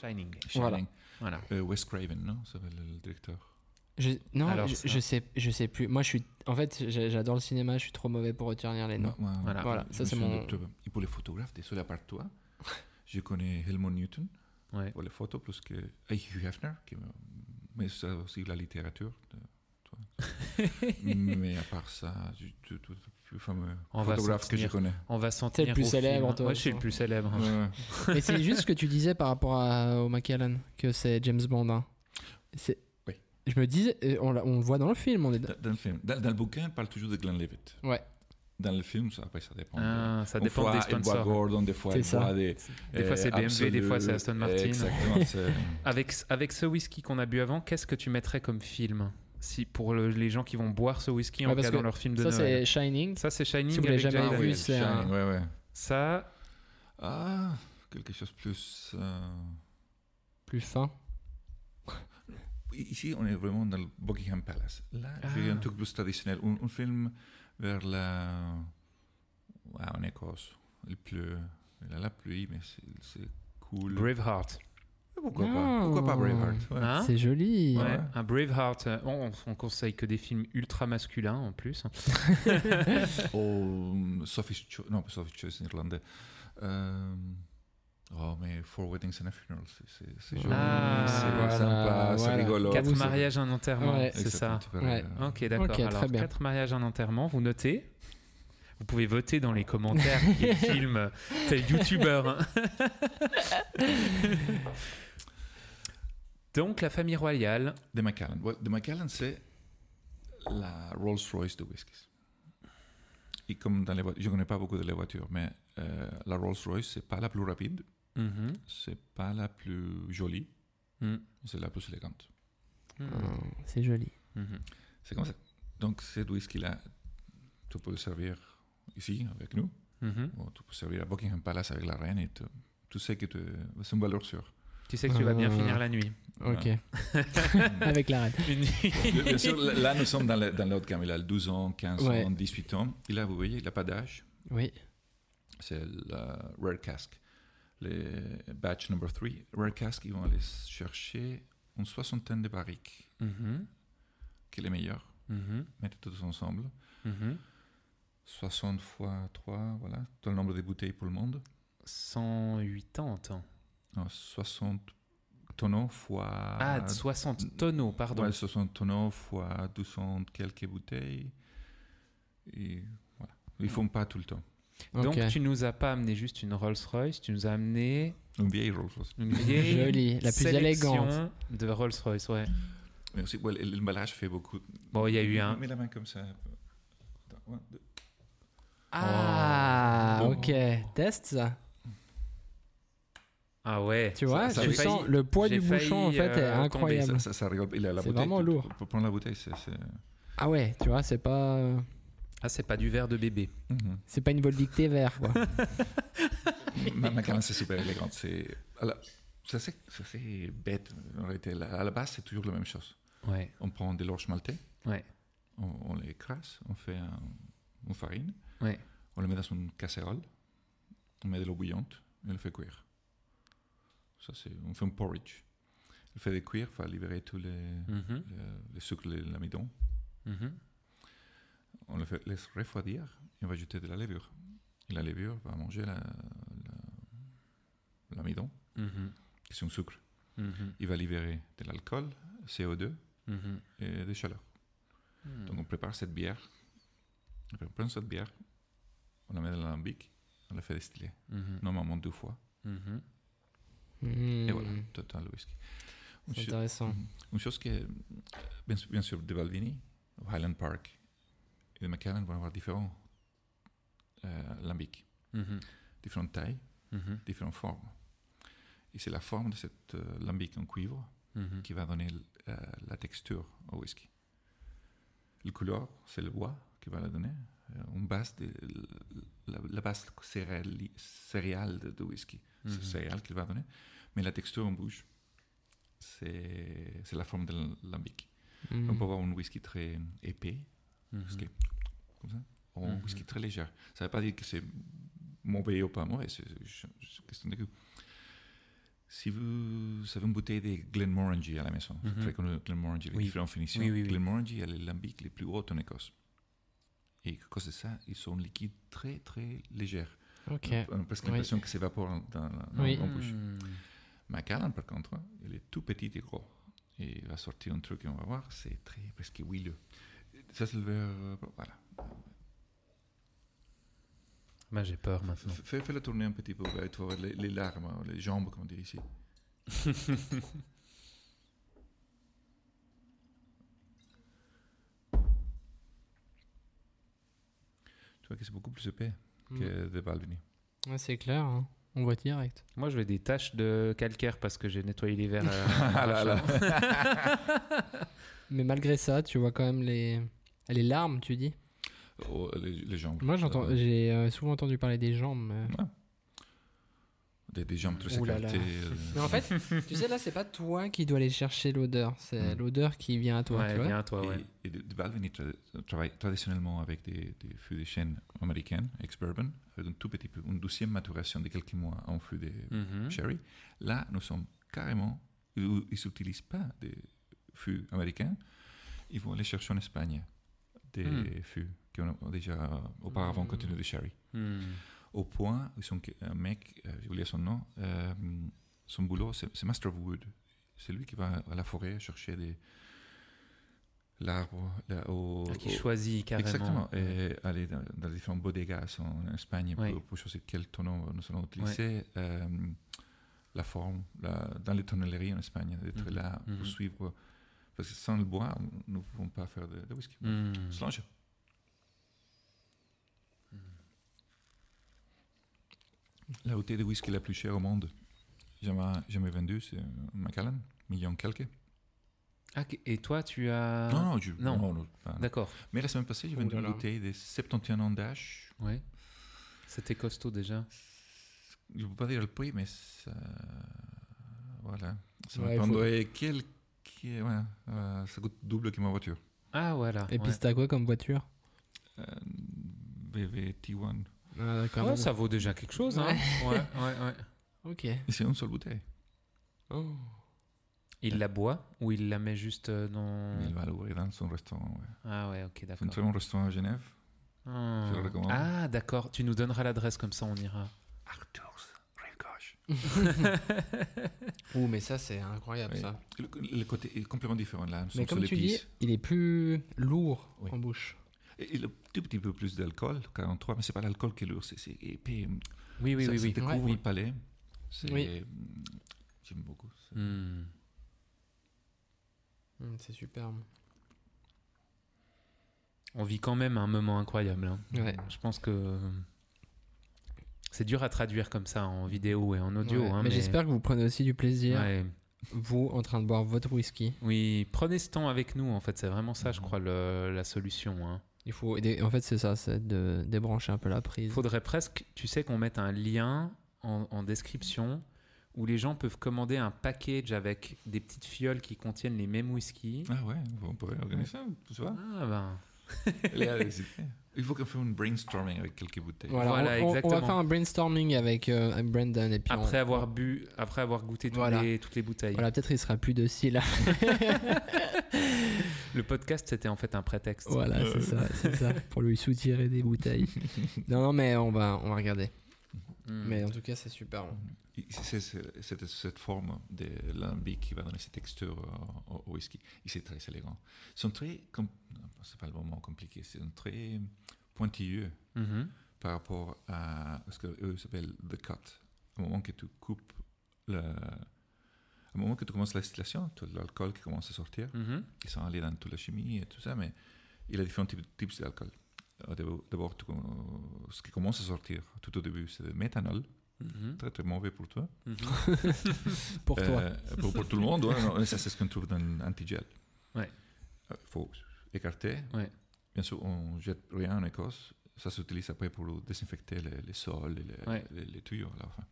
Shining. Voilà. Voilà. Euh, Wes Craven, non Ça s'appelle le directeur. Je, non, Alors, je, ça. je sais, je sais plus. Moi, je suis. En fait, j'ai- j'adore le cinéma. Je suis trop mauvais pour retenir les noms. Ouais, ouais, ouais. Voilà. Voilà, Je ça me c'est souviens mon. de toi. Et pour les photographes, désolé à part toi, je connais Helmut Newton Ouais. pour les photos, plus que et Hugh Hefner, qui, me- mais ça aussi la littérature. de toi. mais à part ça, je- tout, tout, le plus fameux On va photographe s'en que je tenir. connais. On va s'en C'est le tenir plus au célèbre, film. toi, Moi, je suis toi. le plus célèbre. hein. Ouais, ouais. Mais c'est juste ce que tu disais par rapport à, au McAllen, que c'est James Bond. hein. C'est. Oui. Je me disais, euh, on, l'a- on le voit dans le film. On est. Dans, dans le film. Dans, dans le bouquin, il parle toujours de Glenn Levitt. Ouais. Dans le film, ça, après, ça dépend. Ah, ça dépend fois, des il voit sponsors. Gordon, des fois, C'est il ça. voit des... euh, Des fois, c'est BMW, des fois, c'est Aston Martin. Exactement, c'est... Avec, avec ce whisky qu'on a bu avant, qu'est-ce que tu mettrais comme film si Pour le- les gens qui vont boire ce whisky en Ouais, parce cas que dans leur film de Ça Noël. c'est Shining. Ça, c'est Shining. Si vous l'avez avec jamais Jaden. vu, ouais, c'est Shining, un- ouais, ouais. Ça, Ah, quelque chose de plus... euh, Plus fin. Ici, on est vraiment dans le Buckingham Palace. Là, Ah. j'ai un truc plus traditionnel. Un, un film vers la... Ouais, en Écosse. Il pleut. Il a la pluie, mais c'est, c'est cool. Braveheart. Pourquoi Oh. Non. pas Pourquoi pas Braveheart ouais. Hein c'est joli. Ouais, Ouais. un Braveheart. Euh, On, on conseille que des films ultra masculins en plus. Ou mm, Sophie's Choice, non pas Sophie's Choice en irlandais. Euh, oh mais Four Weddings and a Funeral, c'est- c'est c'est joli, Ah, c'est voilà, sympa, c'est voilà. rigolo. Quatre vous, Oh, c'est- mariages, un enterrement. Ouais. C'est ça. Ouais. euh, Ok, d'accord. Ok, très Alors, bien. quatre mariages, un enterrement, vous notez. Vous pouvez voter dans les commentaires quel film euh, tel youtubeur. hein. Donc, la famille royale. The Macallan. Ouais, The Macallan, c'est la Rolls-Royce de whiskies. Et comme dans les voitures, je connais pas beaucoup de les voitures, mais euh, la Rolls-Royce, c'est pas la plus rapide, Mhm. c'est pas la plus jolie, Mm. c'est la plus élégante. Mhm. Ah, C'est joli. Mhm. C'est comme ça. Donc, cette whisky-là, tu peux le servir ici avec nous. Mhm. Bon, tu peux servir à Buckingham Palace avec la reine et tu, tu sais que tu- c'est une valeur sûre. Tu sais que tu vas bien Ah. finir la nuit. Ok. Avec la reine. Une nuit. Bien bien sûr, là, là, nous sommes dans le- dans l'autre gamme. Il a 12 ans, 15 Ouais. ans, 18 ans. Et là, vous voyez, il n'a pas d'âge. Oui. C'est la Rare Cask. Les batch number 3. Rare Cask, ils vont aller chercher une soixantaine de barriques, Mhm. qui est les meilleurs. Mhm. Mettez tous ensemble. Mhm. 60 fois 3, voilà. Tout le nombre de bouteilles pour le monde. 180. Non, 60 tonneaux fois... Ah, 60 tonneaux, pardon. Ouais, 60 tonneaux fois 200 quelques bouteilles. Et voilà. Ils font pas tout le temps. Donc, Ok. tu nous as pas amené juste une Rolls-Royce, tu nous as amené Une vieille Rolls Royce. une vieille Jolie, la plus sélection élégante. de Rolls-Royce, ouais. Mais aussi, ouais, l'emballage fait beaucoup. Bon, il y a eu un. Mets la main comme ça. Attends, un, deux. Oh. Ah, Bon. ok. Teste ça. Ah ouais. Tu vois, ça tu fait- sens le poids j'ai du bouchon en failli, fait est euh, tomber, incroyable. Ça, ça, ça rigole. Il a la C'est bouteille, vraiment tu- lourd. tu peux prendre la bouteille, c'est. c'est- Ah ouais, tu vois, c'est pas euh, Ah, c'est pas du verre de bébé. Mhm. c'est pas une volvictée vert quoi. Ma, ma canne, c'est super élégante. C'est. alors, Ça c'est ça, c'est bête. En réalité, La- à la base, c'est toujours la même chose. Ouais, On prend des l'orge maltais, ouais, on, on les écrase, on fait un- une farine, ouais. on le met dans une casserole, on met de l'eau bouillante et on le fait cuire. Ça, c'est, on fait un porridge. On fait des cuire, il faut libérer tous les, Mhm, le- les sucres, les- l'amidon. mhm. On le fait, laisse refroidir et on va jeter de la levure. Et la levure va manger la, la- l'amidon, Mhm, qui est un sucre. mhm, Il va libérer de l'alcool, CO2 mhm. et de chaleur. Mm. Donc on prépare cette bière. Après, On prend cette bière, on la met dans l'alambic, on la fait distiller. Mhm, Normalement deux fois. mhm. Hmm, Et voilà, Hmm. total le whisky. Une, c'est cho- intéressant. une chose qui est, bien, sûr- bien sûr, de Balvini, au Highland Park, et de McAllen vont avoir différents euh, lambics, Mhm, différentes tailles, mhm, différentes formes. Et c'est la forme de cette euh, lambic en cuivre mhm. qui va donner l- euh, la texture au whisky. Le couleur, c'est le bois qui va la donner. Euh, on base de- la, la base céréali- céréale de, de whisky. C'est Mhm. le céréale qu'il va donner. Mais la texture en bouche, c'est c'est la forme de l'alambic. Hmm. On peut avoir un whisky très épais, parce que- Mm-hmm. comme ça, ou un Mhm. whisky très léger. Ça ne veut pas dire que c'est mauvais ou pas mauvais, c'est c'est- c'est une question de goût. Si vous avez une bouteille de Glenmorangie à la maison, c'est Mhm. très connu Glenmorangie avec Oui. différentes finitions, Oui, oui, oui. Glenmorangie est le lambic le plus haut en Écosse. Et à cause de ça, ils sont liquides très très légers. Ok. On a presque Oui. l'impression qu'ils s'évaporent dans, la- dans Oui. la bouche. Hmm. Macallan, par contre, il est tout petit et gros. Et il va sortir un truc, et on va voir, c'est très presque huileux. Ça, c'est le verre. euh, Voilà. Bah, j'ai peur maintenant. F- Fais, le tourner un petit peu, ouais, tu vas voir les, les larmes, hein, les jambes, comme on dit ici. tu vois que c'est beaucoup plus épais Hmm. que de Balvenie. Ouais, c'est clair, hein. on voit direct. Moi, je vais des taches de calcaire parce que j'ai nettoyé les verres. euh, Ah là là. Mais malgré ça, tu vois quand même les, les larmes, tu dis Oh, les, les jambes. Moi, j'entends, Euh, j'ai euh, souvent entendu parler des jambes. euh. Des, des jambes très Ouh là là. écartées. euh, Mais en fait, tu sais, là, c'est pas toi qui dois aller chercher l'odeur, c'est Mm. l'odeur qui vient à toi, ouais, tu vois. viens à toi, ouais. Et, et de, de Balvenie tra- travaille traditionnellement avec des, des fûts de chêne américaines, ex-bourbon, avec un tout petit peu, une douzième maturation de quelques mois en fût de Mhm. sherry. Là, nous sommes carrément, ils ils n'utilisent pas des fûts américains, ils vont aller chercher en Espagne des Hmm. fûts qui ont déjà euh, auparavant Hmm. contenu de sherry. Hmm. Au point, ils sont, un mec, euh, j'ai oublié son nom, euh, son boulot, c'est c'est Master of Wood. C'est lui qui va à la forêt chercher des l'arbre là, au, Ah, qui au- choisit carrément. Oh, Exactement. Et aller dans, dans les différents bodegas en Espagne Oui. pour, pour choisir quel tonneau nous allons utiliser, euh, la forme, la- dans les tonnelleries en Espagne, d'être Mhm. là pour Mhm. suivre. Parce que sans le bois, nous ne pouvons pas faire de, de whisky. Hmm. Slange. La bouteille de whisky la plus chère au monde, jamais, jamais vendue, c'est euh, Macallan, million quelques. Ah, qu- et toi, tu as. non, non, je- Ah. non. Oh non, non, pas- D'accord. Mais la semaine passée, j'ai Ouh vendu là une là. bouteille de 71 ans d'âge. Ouais. C'était costaud déjà. Je ne peux pas dire le prix, mais ça... Voilà. Ça Ouais, me il faut- prendrait quelques... ouais, euh, ça coûte double que ma voiture. Ah, voilà. Et ouais. puis, c'était à quoi comme voiture Euh, VVT1. Ah, Ouais, d'accord. ça vaut déjà quelque chose. Hein. ouais, ouais, ouais. Ok. Oh. Et c'est une seule bouteille. Il la boit ou il la met juste euh, dans. Mais Il va l'ouvrir dans son restaurant. ouais. Ah, ouais, ok, C'est un d'accord. très bon restaurant à Genève. Ah. Je le recommande. Ah, d'accord. Tu nous donneras l'adresse comme ça, on ira. Arthur's, rive gauche. Ouh, mais ça, c'est incroyable, Oui. ça. Le, le côté est complètement différent là. Nous Mais sommes comme sur tu dis, l'épice. il est plus lourd Oui. en bouche. Et Il a un tout petit peu plus d'alcool, 43, mais c'est pas l'alcool qui est lourd, c'est c'est épais. Oui, oui, ça, oui. ça oui. découvre Ouais. le palais. C'est- Oui. J'aime beaucoup. ça. Hmm. Hmm, c'est superbe. On vit quand même un moment incroyable. hein. Ouais. Je pense que euh, c'est dur à traduire comme ça en vidéo et en audio. Ouais. hein, mais j'espère que vous prenez aussi du plaisir, Ouais. vous, en train de boire votre whisky. Oui, prenez ce temps avec nous. En fait, c'est vraiment ça, je Mhm. crois, le- la solution. hein. Il faut aider- En fait, c'est ça, c'est de débrancher un peu la Il prise. faudrait presque, tu sais, qu'on mette un lien en, en description où les gens peuvent commander un package avec des petites fioles qui contiennent les mêmes whisky. Ah ouais, on pourrait organiser ça, tout ça. Ah ben, Léa, les idées. Il faut qu'on fasse un brainstorming avec quelques bouteilles. Voilà, Voilà, on- on- on, va exactement. faire un brainstorming avec euh, Brendan et puis on- après avoir bu, après avoir goûté tous Voilà. les- toutes les bouteilles. Voilà, peut-être il sera plus docile. là. Le podcast, c'était en fait un prétexte. voilà, c'est ça, c'est ça, pour lui soutirer des bouteilles. non, non, mais on va, on va regarder. Hmm. Mais en tout cas, c'est super. Et C'est c'est- c'est cette forme de lambic qui va donner cette texture euh, au, au whisky. Et c'est très élégant. Ils sont très. com- non, C'est pas le moment compliqué, c'est très pointilleux Mhm. par rapport à ce qu'eux s'appellent the cut. Au moment que tu coupes le. Au moment que tu commences la distillation, tu as l'alcool qui commence à sortir. Mhm. Ils sont allés dans toute la e chimie et tout ça, mais il y a différents types, types d'alcool. Au début- D'abord, tu com- ce qui commence à sortir tout au début, c'est le méthanol, Mhm. très très mauvais pour toi. Mhm. Pour toi. Euh, pour, pour tout le monde, ouais, non, ça c'est ce qu'on trouve dans l'antigel. Ouais. Euh, faut écarter. Ouais. Bien sûr, on jette rien en Écosse. Ça s'utilise après pour désinfecter les, les sols et les, Ouais. les- les tuyaux à la fin.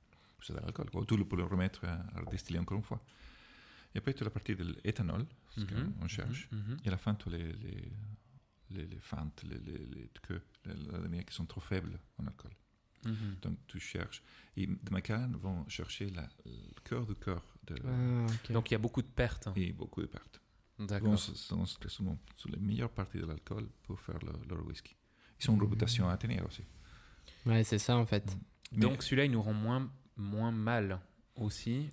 C'est de l'alcool, quoi. Tout le- pour le remettre à, à distiller encore une fois. Et après, tu as E la partie de l'éthanol, ce Mhm. qu'on cherche. Mhm. Et à la fin, tu as les, les, les, les fentes, les, les, les queues, les, les dernières qui sont trop faibles en alcool. Mhm. Donc tu cherches. Et de Macallan vont chercher la- le cœur du cœur de. Ah, ok. Donc il y a beaucoup de pertes. hein. Et beaucoup de pertes. D'accord. Bon, ce sont ce sont- sont les meilleures parties de l'alcool pour faire le- leur whisky. Ils ont une réputation à tenir aussi. Ouais, c'est ça en fait. Mais- Donc celui-là, il nous rend moins, moins mal aussi.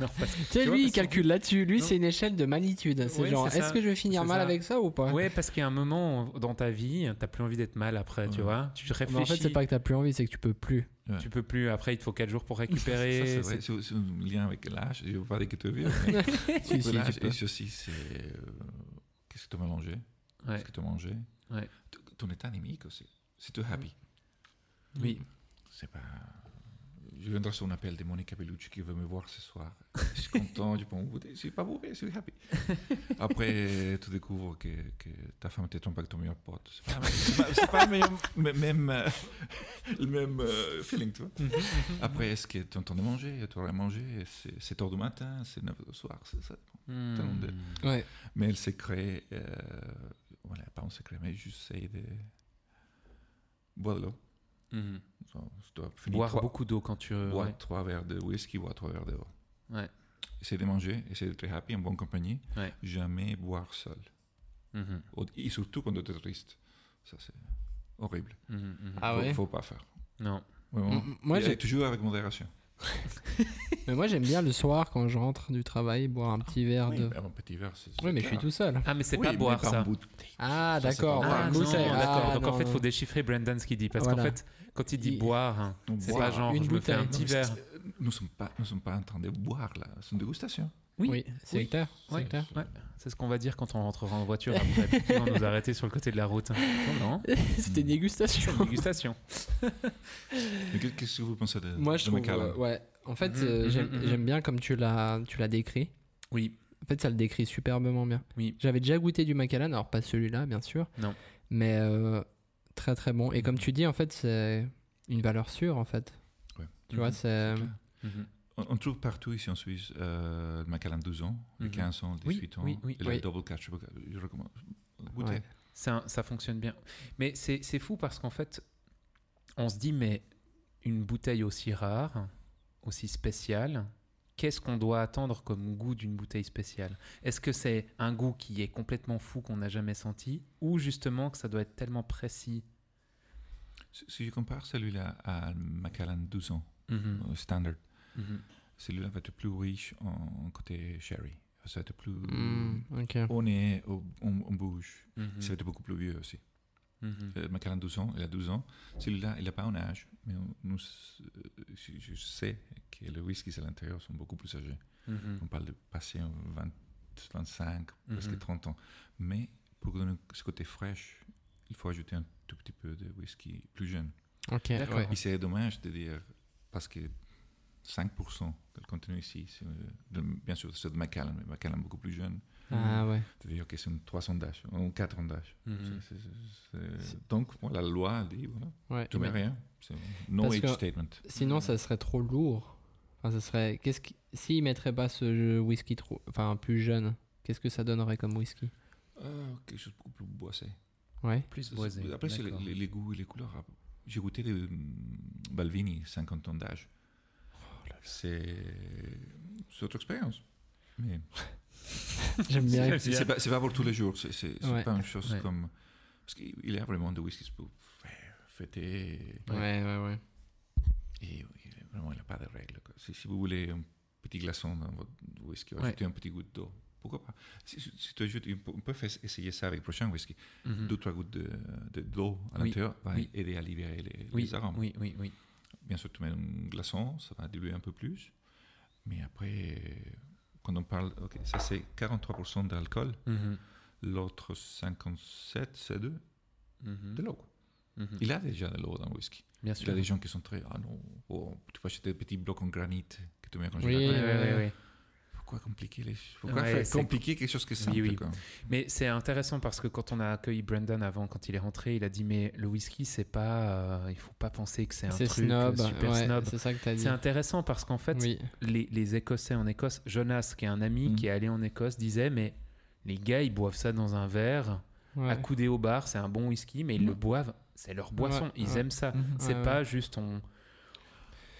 non, parce que, Tu sais, vois, lui, il parce que- calcule là-dessus. Lui, Non. c'est une échelle de magnitude. C'est Ouais, genre, c'est ça. est-ce que je vais finir C'est mal ça. avec ça ou pas Ouais, parce qu'il y a un moment dans ta vie, t'as plus envie d'être mal après, tu Ouais. vois. Tu réfléchis. Mais Bah, en fait, c'est pas que t'as plus envie, c'est que tu peux plus. Tu peux plus. Après, il te faut 4 jours pour récupérer. Ça, c'est vrai. c'est- C'est c'est un lien avec l'âge. Je veux pas dire que tu es vieux. mais Si, si, l'âge tu peux. et ceci, c'est. euh, Qu'est-ce que tu as mélangé Ouais. Qu'est-ce que tu as mangé Ouais. T- Ton état anémique aussi. Si tu es happy. Oui. C'est pas. Je viendrai sur un appel de Monica Bellucci qui veut me voir ce soir. Je suis content, je peux me goûter. Je suis pas bourré, je suis happy. Après, tu découvres que, que ta femme était trompée avec ton meilleur pote. C'est pas, c'est pas- c'est pas le même, le même, euh, le même euh, feeling, tu vois. Après, est-ce que tu entends de manger Tu aurais mangé C'est 7 heures du matin, c'est 9 heures du soir. c'est ça. Hmm. Tellement de- Ouais. Mais elle s'est créée. euh, voilà, pas en secret, mais juste essayer de. Boire de l'eau. Mhm. Enfin, je dois finir Boire trois- beaucoup d'eau quand tu. bois ouais. Euh, trois verres de whisky, bois trois verres de vin. Ouais. Essayer de manger, essayer d'être happy, en bonne compagnie. Ouais. Jamais boire seul. Mhm. Au- Et surtout quand tu es triste. Ça, c'est horrible. Mhm. Mhm. Ah faut, ouais faut pas faire. Non. Vraiment. M- Moi, Et euh, j'ai- toujours avec modération. mais moi, j'aime bien le soir quand je rentre du travail boire un petit verre Oui, de. bah, mais un Ah, petit verre, c'est. Oui, mais je suis tout seul. Ah, mais c'est Oui, pas mais boire en ça. bouteille. Ah, Ça, c'est d'accord. pas ouais, Ah, une non, bouteille. d'accord. Ah, Donc en non, fait, il non. faut déchiffrer Brendan ce qu'il dit. Parce qu'en Voilà. fait, quand il dit Il- boire, hein, On c'est boit. pas genre Une je me fais un bouteille. petit Non, mais verre. c'est- Nous ne sommes, pas- nous sommes pas en train de boire là, c'est une dégustation. Oui, Oui, c'est oui. clair. c'est Ouais. clair. Ouais. C'est ce qu'on va dire quand on rentrera en voiture. Après, Puis on va nous arrêter sur le côté de la route. Non, non. C'était une dégustation. Dégustation. Mais qu'est- qu'est-ce que vous pensez de Moi, de je trouve. Macallan euh, ouais. En fait, Mhm, euh, mhm, j'aime mhm. j'aime bien comme tu l'as tu l'as décrit. Oui. En fait, ça le décrit superbement bien. Oui. J'avais déjà goûté du Macallan, alors pas celui-là, bien sûr. Non. Mm. Mais euh, très très bon. Et comme tu dis, en fait, c'est une valeur sûre, en fait. Ouais. Tu vois, Mhm. c'est. clair. Mhm. On, on trouve partout ici en Suisse euh, le Macallan 12 ans, le Mhm. 15 ans, le Oui, 18 ans, oui, oui, et le oui. double catch. Je recommande. Goûtez. Ouais. Ça, ça fonctionne bien. Mais c'est c'est fou parce qu'en fait, on se dit, mais une bouteille aussi rare, aussi spéciale, qu'est-ce qu'on doit attendre comme goût d'une bouteille spéciale Est-ce que c'est un goût qui est complètement fou qu'on n'a jamais senti Ou justement que ça doit être tellement précis Si- Si je compare celui-là à Macallan 12 ans, Mhm, euh, standard, mhm. celui-là va être plus riche en côté sherry. Ça va être plus. Mm. Mhm, ok. On est, au- on, on bouge. Mhm, Ça va être beaucoup plus vieux aussi. mhm. Euh, Macallan 12 ans, il a 12 ans. Celui-là, il n'a pas un âge, mais on- nous, euh, je, je sais que les whiskies à l'intérieur sont beaucoup plus âgés. Mhm. On parle de passer en 20, 25, presque Mhm. 30 ans. Mais pour donner ce côté fraîche, il faut ajouter un tout petit peu de whisky plus jeune. Ok, D'accord. ouais. Et c'est dommage de dire, parce que 5% du contenu ici, c'est, euh, de- bien sûr, c'est de Macallan, mais Macallan beaucoup plus jeune. Mmh. Ah ouais. C'est-à-dire que c'est une 3 ans d'âge, ou 4 ans d'âge. Mhm. C'est- c'est- Mm-hmm. c'est- Donc, voilà, la loi dit, voilà, ouais. tu mets Mais rien. C'est un no Parce age que- statement. Sinon, ça serait trop lourd. Enfin, ça serait. Qu'est-ce qui... S'ils mettraient pas ce jeu whisky trop. Enfin, plus jeune, qu'est-ce que ça donnerait comme whisky Ah, quelque chose de beaucoup plus boissé. Ouais. Plus C'est- boisé. Après, c'est les, d'accord. les- les goûts et les couleurs. Ah, J'ai goûté des mm, Balvini, 50 ans d'âge. Oh C'est c'est autre expérience. Mais J'aime bien. C'est c'est c'est pas, c'est pas pour tous les jours. C'est c'est- c'est Ouais. pas une chose Ouais. comme. Parce qu'il y a vraiment de whisky pour faire fêter. Ouais, ouais, ouais. Et il est- vraiment, il n'a pas de règles. quoi. Si, si vous voulez un petit glaçon dans votre whisky, Ouais. ajoutez un petit goutte d'eau. Pourquoi pas Si, si- si tu ajoutes, on peut faire- essayer ça avec le prochain whisky. Mhm. Deux, trois gouttes de- de- d'eau à Oui. l'intérieur va Oui. aider à libérer les, Oui, les arômes. oui, oui, oui. Bien sûr, tu mets un glaçon, ça va diluer un peu plus. Mais après, euh, quand on parle, ok, ça c'est 43% d'alcool, Mhm, l'autre 57, c'est de, mhm, de l'eau. quoi. mhm. Il a déjà de l'eau dans le whisky. Bien Il y sûr. a des gens qui sont très, ah non, oh, tu vas acheter des petits blocs en granit que tu mets quand Oui. Ouais, ouais, ouais, ouais. Pourquoi compliquer les choses Pourquoi Ouais, faire c'est compliquer quelque chose qui est Oui, simple oui. quoi. Mais c'est intéressant parce que quand on a accueilli Brendan avant, quand il est rentré, il a dit mais le whisky c'est pas, euh, il faut pas penser que c'est un C'est truc snob. euh, super ouais, snob. C'est ça que t'as dit. C'est intéressant parce qu'en fait, Oui. Mm. les, les Écossais en Écosse, Jonas qui est un ami Mhm. qui est allé en Écosse disait mais les gars ils boivent ça dans un verre, Ouais. Mm. accoudés au bar, c'est un bon whisky, mais ils le boivent c'est leur boisson, ils ouais. aiment ça. Mhm. C'est Ouais, pas juste on,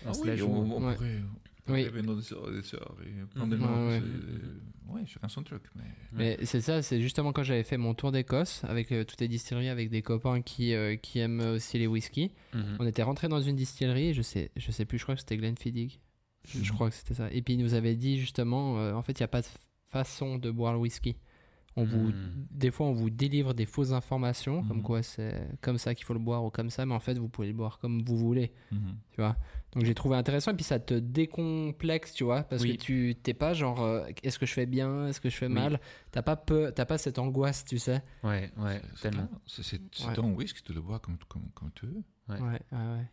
on Ah se oui, la joue. On, on Ouais. pourrait Oui. rêver nos sœurs et des sœurs et prendre des Mhm. noms. Ouais, Ouais, ouais. chacun son truc. Mais... Mais c'est ça, c'est justement quand j'avais fait mon tour d'Écosse avec euh, toutes les distilleries, avec des copains qui, euh, qui aiment aussi les whisky. Mhm. On était rentré dans une distillerie, et je sais, je sais plus, je crois que c'était Glenfiddich. Je, Mhm. je crois que c'était ça. Et puis ils nous avaient dit justement, euh, en fait, il n'y a pas de façon de boire le whisky. On vous, Mhm. des fois, on vous délivre des fausses informations, comme Mhm. quoi c'est comme ça qu'il faut le boire ou comme ça, mais en fait, vous pouvez le boire comme vous voulez. tu vois. Donc j'ai trouvé intéressant et puis ça te décomplexe, tu vois, parce Oui. que tu t'es pas genre euh, est-ce que je fais bien, est-ce que je fais Oui. mal, t'as pas peur, t'as pas cette angoisse, tu sais. Ouais, ouais, C'est- c'est tellement. clair. C'est c'est- c'est Ouais. ton whisky, tu le bois comme, comme, comme tu veux. Ouais. Ouais, ouais, ouais.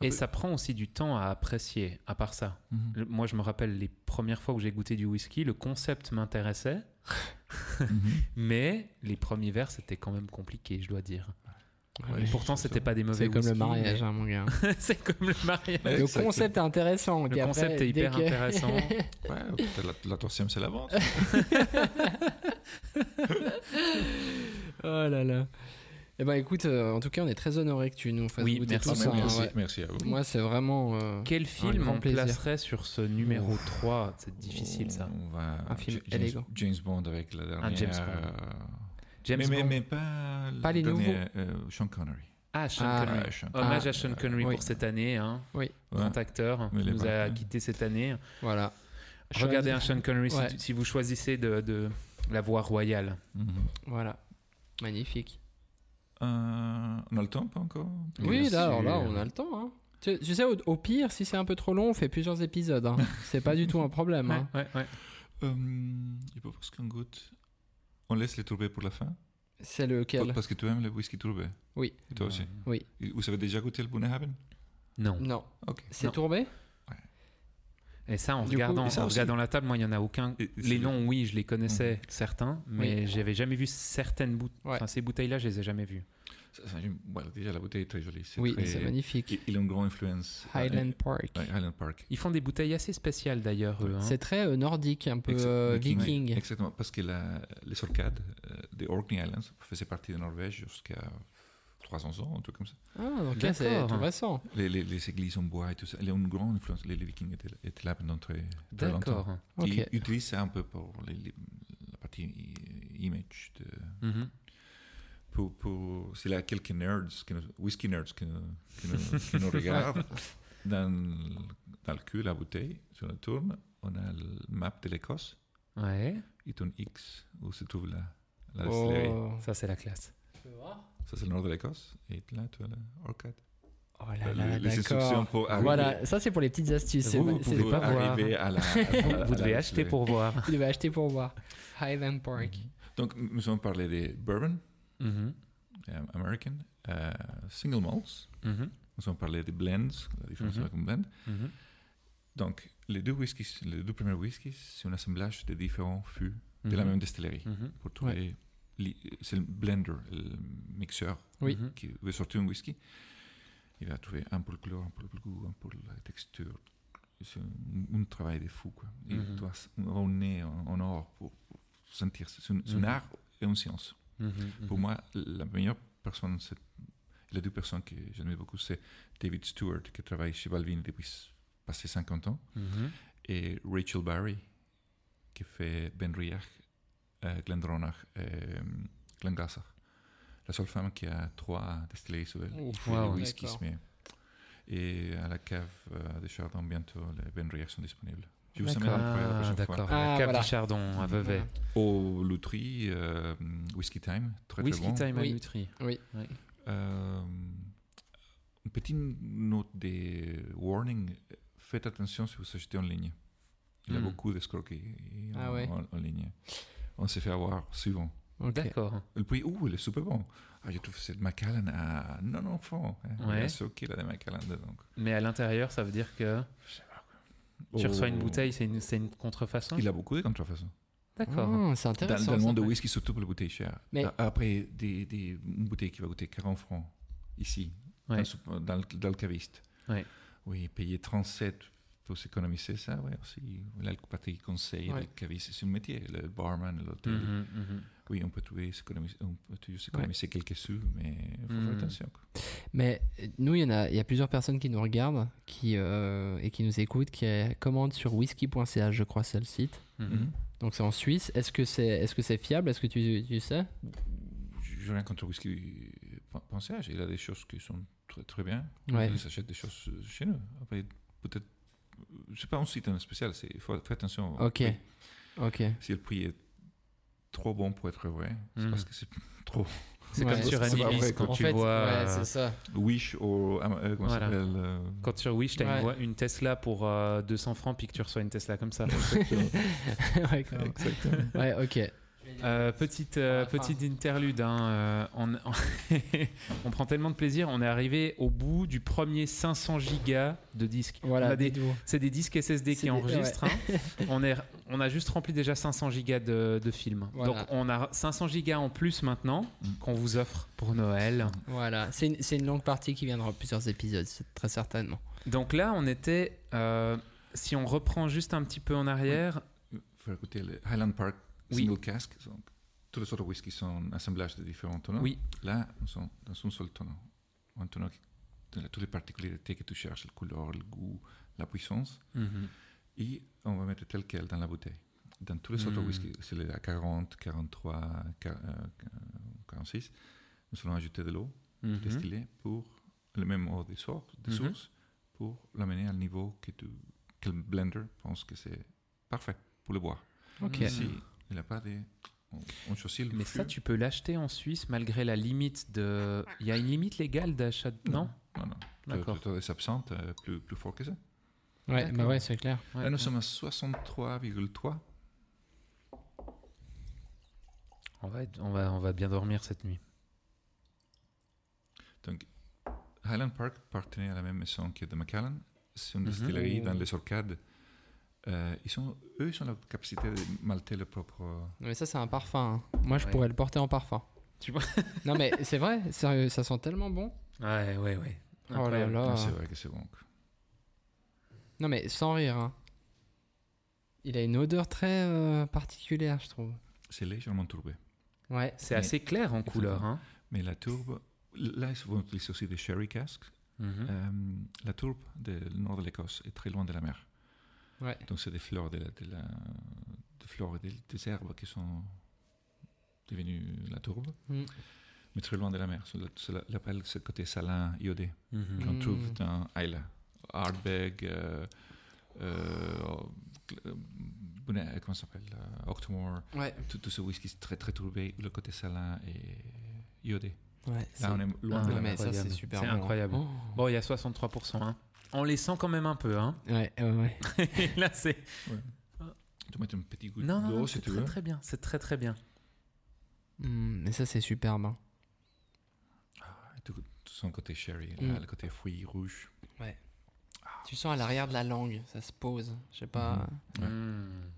Et Après- ça prend aussi du temps à apprécier, à part ça. Le- Moi, je me rappelle les premières fois où j'ai goûté du whisky, le concept m'intéressait, Mhm. mais les premiers verres, c'était quand même compliqué, je dois dire. Ouais, Et je- pourtant, je- c'était pas des mauvais C'est comme le whisky, mariage, hein, mon gars. mais- c'est comme le mariage. Ouais, le exact. concept est intéressant. Le concept est hyper intéressant. Ouais, peut-être la, la troisième, c'est la vente. oh là là. Eh ben écoute, euh, en tout cas, on est très honoré que tu nous fasses Oui, goûter merci, tout Ah, mais ça. hein, merci, ouais. merci à vous. Moi, c'est vraiment euh, Quel film grand on plaisir. placerait sur ce numéro 3 C'est difficile, ça. On va- Un film Ja- James- élégant. James Bond avec la dernière. euh, James Bond. James mais, mais, Bond. mais pas, Pas les nouveaux. dernier, euh, Sean Connery. Ah, Sean Ah, Connery. Ouais, Sean Connery. Hommage à Sean Connery oui. pour cette année, hein, Ouais. grand acteur Mais il qui est nous pas- a quitté cette année. voilà. Regardez un Sean Connery si Ouais. tu- si, vous choisissez de, de la voie royale. Mhm. Voilà. Magnifique. Euh, on a le temps, pas encore Oui, Bien là, alors sûr. là, on a le temps. hein. Tu, tu sais, au, au pire, si c'est un peu trop long, on fait plusieurs épisodes. hein. C'est pas du tout un problème. Ouais, hein. ouais, ouais. Euh, Il n'y a pas parce qu'on goûte. On laisse les tourbés pour la fin C'est lequel Parce que tu aimes le whisky tourbé Oui. Et toi aussi Et Vous avez déjà goûté le Bunehaven Non. Non. Ok. C'est Non. tourbé Et ça, en Du coup- regardant, Et ça en aussi. regardant la table, moi, il n'y en a aucun. Et- et les c'est- noms, oui, je les connaissais, certains, mais Oui. j'avais jamais vu certaines bouteilles. Ouais. Enfin, ces bouteilles-là, je les ai jamais vues. Ça, ça, j'aime- voilà, déjà, la bouteille est très jolie. Oui, très- c'est magnifique. Il, il a une grande influence. Euh, Highland Park. Ouais, Highland Park. Ils font des bouteilles assez spéciales, d'ailleurs, eux. hein. C'est très euh, nordique, un peu Exa- euh, viking, viking. ouais, Exactement, parce que la- les orcades euh, des Orkney Islands faisaient partie de Norvège jusqu'à 300 ans, un truc comme ça. Ah, donc là, c'est D'accord. tout récent. Les, les- les églises en bois et tout ça, il y a une grande influence. Les, les vikings étaient, étaient là pendant très, très longtemps. D'accord. Ok. Ils utilisent ça un peu pour les- les- la partie i- image. de- Mhm. pour, pour, S'il y a quelques nerds, qui nous- whisky nerds qui nous, qui nous- qui nous regardent, dans, le- dans le cul, la bouteille, sur la tourne, on a le map de l'Écosse Ouais, et ton X où se trouve la, la distillerie. Oh. ça, c'est la classe. Ça, c'est le nord de l'Écosse. Et là, tu as l'Orcade. Oh là là, les, Euh, les instructions d'accord. Ah pour arriver. Voilà, ça, c'est pour les petites astuces. c'est- Vous, vous c'est- pouvez pas voir. arriver à la. à la- à Ah, la Vous devez distillerie. Mhm. acheter pour voir. Tu devais acheter pour voir. Highland Park. Donc, nous avons parlé des bourbon, Mhm. euh, American, euh, single malts. Mhm. Nous avons parlé des blends, la différence Mhm. avec un blend. Mhm. Donc, les deux whiskies, les deux premiers whiskies, c'est un assemblage de différents fûts de la Mhm. même distillerie. Mhm. Pour trouver. li- C'est le blender, le mixeur Oui. Mhm. qui veut sortir un whisky. Il va trouver un pour le couleur, un pour le goût, un pour la texture. C'est un, un travail de fou. Quoi. Il Mhm. doit s- avoir un nez en, en or pour, pour sentir. C'est un, c'est un Mhm. art et une science. Mhm. Pour moi, la meilleure personne, c'est les deux personnes que j'admire beaucoup, c'est David Stewart, qui travaille chez Balvin depuis s- passé 50 ans, Mhm. et Rachel Barry, qui fait Ben Riach, euh, Glendronach et Glengassach. La seule femme qui a trois distilleries sous elle. Ouf, Et les Wow. whiskies, d'accord. mais- Et à la cave euh, de Chardon, bientôt, les Benrières sont disponibles. Je vous amène D'accord. après la Ah, prochaine fois. d'accord. Ah, Cap voilà. du Chardon à Vevey. Voilà. Au Loutry, euh, Whisky Time, très Whisky très bon. Time à Oui. Lutry. Euh, une petite note de warning, faites attention si vous achetez en ligne. Il y a Hmm. beaucoup d'escroqueries Ah en, ouais. en- en ligne. On s'est fait avoir souvent. Ok. D'accord. Le prix, ouh, il est super bon. Ah, je trouve cette Macallan ah, à 90 francs. hein. Ouais. Il y a ce qu'il a des Macallan dedans. Mais à l'intérieur, ça veut dire que tu reçois une bouteille, hein c'est une, c'est une contrefaçon Oh. Il a Mmh. beaucoup de contrefaçons. D'accord. Ah, c'est Dans, dans intéressant. le ça. monde de whisky, surtout pour les bouteilles chères. Mais- A- Après, des, des, une bouteille qui va coûter 40 francs, ici, Ouais. dans, le, sou- dans le- dans le caviste. Ouais. Oui, payer 37 faut s'économiser ça, ouais, aussi. La pâtisserie conseil, Ouais. Mm-hmm. le caviste, c'est un métier. Le barman, l'hôtel. Mhm, mhm. Oui, on peut trouver, s'économiser- on peut toujours s'économiser quelques sous, mais il faut Mhm. Mm-hmm. faire attention. quoi. Mais euh, nous, il y, en a, il y a plusieurs personnes qui nous regardent qui, euh, et qui nous écoutent, qui euh, commandent sur whisky.ch, je crois, c'est le site. Mmh. Mhm. Donc c'est en Suisse. Est-ce que c'est est -ce que c'est fiable Est-ce que tu, tu sais Mm-hmm. J'ai rien contre Whisky euh, Pensage. Il a des choses qui sont très, très bien. Euh, Ouais. Ils achètent des choses euh, chez nous. Après, peut-être. C'est pas un site en spécial, c'est- il faut faire attention. au Ok. prix. Ok. Si le prix est trop bon pour être vrai, c'est Mhm. parce que c'est trop. C'est Ouais. comme sur C'est pas Animis vrai, quand en tu fait, vois. ouais, euh, c'est ça. Wish ou. Am- euh, comment ça Voilà. s'appelle euh, Quand sur Wish, t'as Ouais. une, voie- une Tesla pour euh, 200 francs, puis que tu reçois une Tesla comme ça. ouais, quand même. Exactement. Ouais, ok. Euh, petite, euh, Pour la fin. petite interlude. hein, euh, on, on- on prend tellement de plaisir. On est arrivé au bout du premier 500 gigas de disques. On Voilà. a des- dites-vous. C'est des disques SSD C'est qui des- enregistrent. hein. on, est, on a juste rempli déjà 500 gigas de, de films. Voilà. Donc on a 500 gigas en plus maintenant Mm. qu'on vous offre pour Noël. Voilà. C'est une, c'est une longue partie qui viendra en plusieurs épisodes, c'est très certainement. Donc là, on était. euh, si on reprend juste un petit peu en arrière, faut écouter le Highland Park Oui. Single Cask. Donc, toutes les sortes de whisky sont assemblage de différents tonneaux. Oui. Là, on sont dans un seul tonneau. Un tonneau qui a toutes les particularités que tu cherches, le couleur, le goût, la puissance. Mhm. Et on va mettre tel quel dans la bouteille. Dans tous les sortes de Mm. whisky, c'est le 40, 43, quar- euh, qu- euh, 46, nous allons ajouter de l'eau Mhm. distillée pour le même eau des sources, des Mhm. sources pour l'amener à un niveau que, tu, que le blender pense que c'est parfait pour le boire. Ok. Mm. Ici, il n'a pas des. On, on choisit le Mais fût. ça, tu peux l'acheter en Suisse malgré la limite de. Il y a une limite légale d'achat. de- Non, Non, non. D'accord. Tu as des absentes euh, plus, plus fort que ça. Ouais, D'accord. bah ouais, c'est clair. Ouais. Là, Ah, nous sommes à 63,3. on, va être- on, va, on va bien dormir cette nuit. Donc, Highland Park appartenait à la même maison que de Macallan. C'est une Mhm. distillerie Oh. dans les Orcades. Euh, ils sont, eux, ils ont la capacité de malter leur propre. Mais ça, c'est un parfum. hein. Moi, je Ouais. pourrais le porter en parfum. Tu vois non, mais c'est vrai, sérieux, ça sent tellement bon. Ouais, ouais, ouais. Oh là Incroyable. là. Ah, c'est vrai que c'est bon. Non, mais sans rire. hein. Il a une odeur très euh, particulière, je trouve. C'est légèrement tourbé. Ouais. C'est Mais- assez clair en couleur. Hein. Mais la tourbe, là, ils vont utiliser aussi des sherry casks. Mhm. Euh, la tourbe du nord de l'Écosse est très loin de la mer. Ouais. Donc c'est des fleurs, de la, de la- des fleurs et des, des herbes qui sont devenues la tourbe, Mm. mais très loin de la mer. C'est la- c'est la- l'appel, c'est le côté salin, iodé, Mhm. qu'on Mm. trouve dans Isla, Ardbeg, euh, euh, euh, Bonnet- comment ça s'appelle, euh, Octomore, Ouais. tout, tout ce whisky c'est très très tourbé, le côté salin et iodé. Ouais. Là on est loin de la Non, mais mer. ça, c'est Incroyable. super C'est bon. incroyable. Oh. Bon, il y a 63%. Hein. On les sent quand même un peu. Hein. Ouais, ouais, ouais. Et là, c'est. Tu mets un petit goût Non, non, non, d'eau c'est si tu très, veux. très bien. C'est très, très bien. Mm, mais ça, c'est superbe. hein. Ah, Tout, tout son côté sherry, là, Hmm. Mm. le côté fruit rouge. Tu sens à l'arrière de la langue, ça se pose. Je sais pas. Ouais. Mm.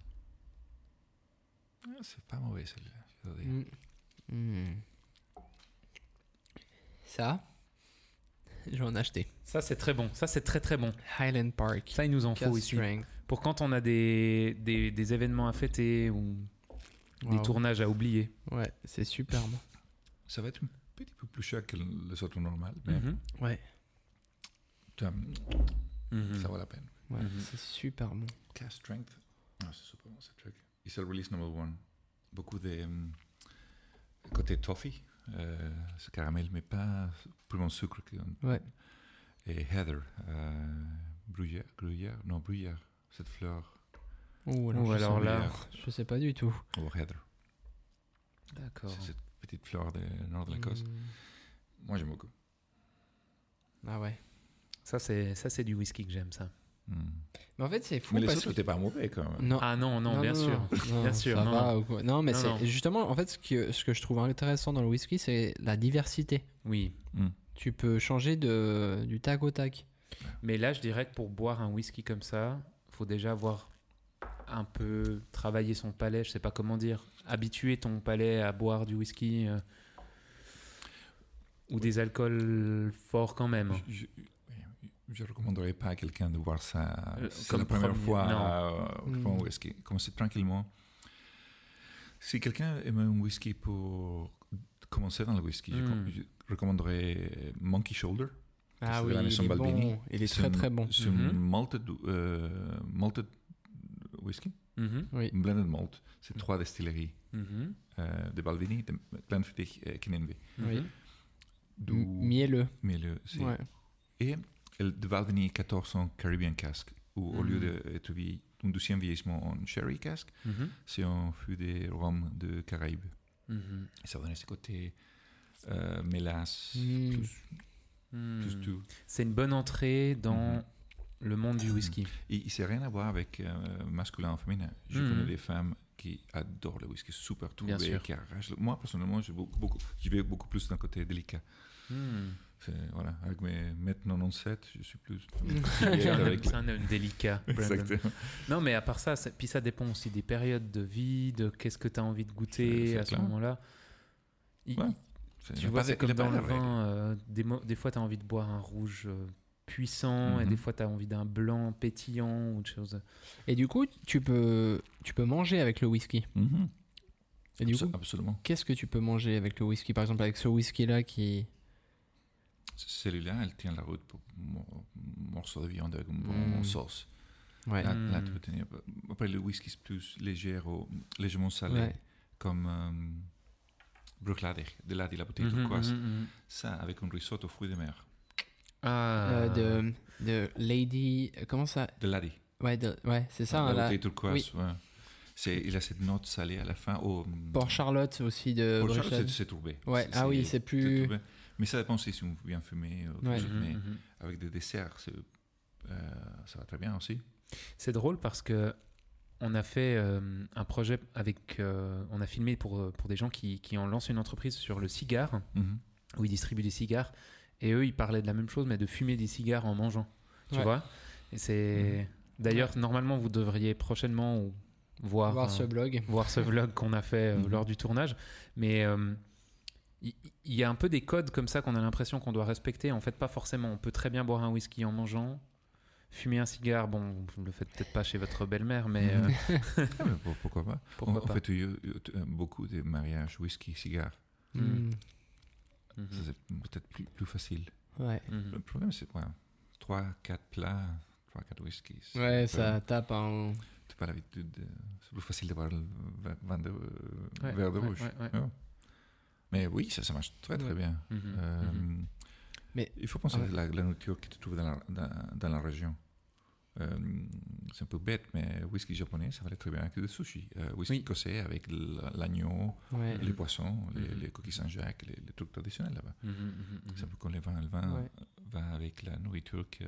Ah, C'est pas mauvais celui-là. je dois dire. Hmm. Mm. Mm. Ça, je vais en acheter. Ça, c'est très bon. Ça, c'est très, très bon. Highland Park. Ça, il nous en faut Cast ici. Strength. Pour quand on a des, des, des événements à fêter ou des Wow. tournages à oublier. Ouais, c'est superbe. Ça va être un petit peu plus cher que le le soto normal, mais Mhm. Ouais, tu vois, Mhm. ça vaut la peine. ouais Mhm. c'est super bon. Cast Strength. Ah, c'est super bon ce truc. Et c'est le release number one. Beaucoup de hum, côté toffee, euh, ce caramel, mais pas purement sucre. que- Ouais. Et heather, euh, bruyère, gruyère, non, bruyère, cette fleur. Ou Ou je alors sais- là. Bruyère, Je sais pas du tout. Ou heather, D'accord. c'est cette petite fleur du nord de l'Écosse. Mm. Moi j'aime beaucoup. Ah ouais. Ça, c'est ça, c'est du whisky que j'aime, ça. Mm. Mais en fait, c'est fou Mais les parce autres n'étaient pas mauvais quand même. Non. Ah non, non, bien sûr. non, Bien sûr, ça non, va ou quoi. Non, mais Non, c'est non. justement, en fait, ce que, ce que je trouve intéressant dans le whisky, c'est la diversité. Oui. Tu peux changer de, du tac au tac. Mais là, je dirais que pour boire un whisky comme ça, faut déjà avoir un peu travaillé son palais, je sais pas comment dire, habituer ton palais à boire du whisky euh, ou des alcools forts quand même. Je- je- oui, Je ne recommanderais pas à quelqu'un de boire ça Euh, c'est comme la première premier, fois euh, non. au Mm. whisky. Commencez tranquillement. Si quelqu'un aime un whisky pour commencer dans le whisky, je com- Mm. je, recommanderais Monkey Shoulder. Ah c'est oui, de la il maison est Balbini. bon. Il est C'est très un- très bon. C'est un Mhm. malted, euh, malted whisky, Mhm, Oui. un blended malt. C'est trois distilleries mhm, euh, de Balvenie, de Glenfiddich et Kinninvie. Oui. mhm. Du M- Mielleux. mielleux, c'est- Ouais. Et le- de Balvenie 1400 E Caribbean cask, où au lieu Mhm. d'être vie- un deuxième vieillissement en sherry cask, Mhm, c'est un fût de rhum de Caraïbes. mhm, Et ça donne ce côté euh, mélasse, Mm. plus, mhm. plus tout. C'est une bonne entrée dans Mhm. le monde du whisky. Et il sait rien à voir avec euh, masculin ou féminin. Je Mhm. connais des femmes qui adorent le whisky super trouvé, Bien sûr. qui arrachent. le- Moi, personnellement, je, beaucoup, beaucoup- je vais beaucoup plus d'un côté délicat. Hmm. Mhm. C'est- Voilà, avec mes mètres 97, je suis plus... C'est un homme- Avec- c'est un homme délicat, Brandon. Exactement. Non, mais à part ça, ça- puis ça dépend aussi des périodes de vie, de qu'est-ce que tu as envie de goûter C'est- c'est à ce clair. moment-là. Il- Ouais. il- C'est- il y Tu a vois, pas de- c'est il y comme a pas dans de le règle. vin, euh, des, mo- des fois tu as envie de boire un rouge euh, puissant et Mhm. des fois tu as envie d'un blanc pétillant ou de choses. Et du coup, tu peux, tu peux manger avec le whisky. Mhm. Et du Absol- coup, Absolument. qu'est-ce que tu peux manger avec le whisky Par exemple, avec ce whisky-là qui. Celui-là, elle tient la route pour mon morceau de viande avec une Mm. bonne sauce. Ouais. Là, là, Mm. tu peux tenir. Après, le whisky, c'est plus léger, ou légèrement salé, Ouais. comme euh, Bruichladdich, de là, de la bouteille Mhm, turquoise. mhm, mhm. Ça, avec un risotto aux fruits de mer. Ah. Euh, de, de Lady. Comment ça De l'adi. Ouais, de- ouais c'est ça. hein, Ah, la la- bouteille turquoise, ouais. C'est- Il a cette note salée à la fin. Oh, hum, Port Charlotte aussi de. Port Charlotte, Bruxelles. c'est- c'est tourbé. Ouais, C'est- ah oui, c'est plus- tourbé. Mais ça dépend si on bien fumé ou quelque Ouais. chose, Mhm, mais mhm. avec des desserts, c'est, euh, ça va très bien aussi. C'est drôle parce que on a fait euh, un projet avec, euh, on a filmé pour, euh, pour des gens qui, qui en lancent une entreprise sur le cigare, Mhm. où ils distribuent des cigares, et eux ils parlaient de la même chose, mais de fumer des cigares en mangeant, tu Ouais. Mmh. vois. Et c'est d'ailleurs normalement vous devriez prochainement ou- voir hein. Voir ce euh, blog. voir ce vlog qu'on a fait euh, Mhm. lors du tournage, mais euh, il il y, a un peu des codes comme ça qu'on a l'impression qu'on doit respecter. En fait, pas forcément. On peut très bien boire un whisky en mangeant, fumer un cigare. Bon, vous le faites peut-être pas chez votre belle-mère, mais euh, Ah, mais pour- pourquoi pas pourquoi En- en, pas. fait, il y a eu- euh, beaucoup de mariages whisky, cigare. Mm. Mm. Mhm. Ça, c'est peut-être plus, plus facile. Ouais. Mhm. Le problème, c'est quoi 3, 4 plats, 3, 4 whisky. c'est un Ouais, peu- ça tape hein. en. T'as pas l'habitude. de- C'est plus facile d'avoir le vin- vin de, euh, Ouais, verre de ouais, rouge. ouais, ouais. Ouais. Mais oui, ça, ça marche très très Ouais. bien. Mhm. Euh, Mhm. Mais- il faut penser Ah ouais. à la, la nourriture que tu trouves dans la, dans, dans la région. Euh, c'est un peu bête, mais whisky japonais, ça valait très bien avec des sushis. Euh, whisky Oui. écossais avec l- l'agneau, Ouais. les poissons, les, Mm-hmm. Mhm. les coquilles Saint-Jacques, les, les trucs traditionnels là-bas. Mhm, mhm, mhm. C'est un peu comme les vins, le vin Ouais. va avec la nourriture que.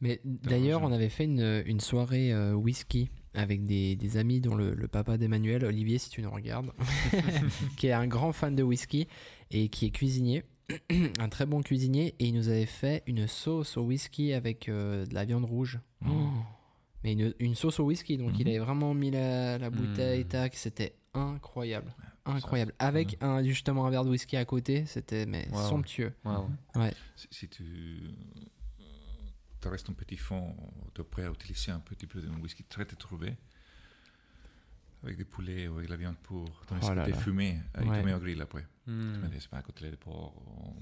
Mais d'ailleurs, raison. on avait fait une, une soirée euh, whisky avec des, des amis, dont le, le papa d'Emmanuel, Olivier, si tu nous regardes, qui est un grand fan de whisky et qui est cuisinier, un très bon cuisinier, et il nous avait fait une sauce au whisky avec euh, de la viande rouge. Mm. Oh. Mais une, une sauce au whisky, donc il Mhm. avait vraiment mis la, la bouteille, Mm. tac, c'était incroyable. Incroyable. Avec un, justement un verre de whisky à côté, c'était mais Waouh. somptueux. Waouh. Si, si tu euh, te restes un petit fond, tu es prêt à utiliser un petit peu de whisky très détrouvé, avec des poulets ou avec de la viande pour ton Oh esprit là t'es là. fumé, euh, il te Ouais. Mm. met au grill après. Tu Mhm. mets des spaghettis à côté de porc,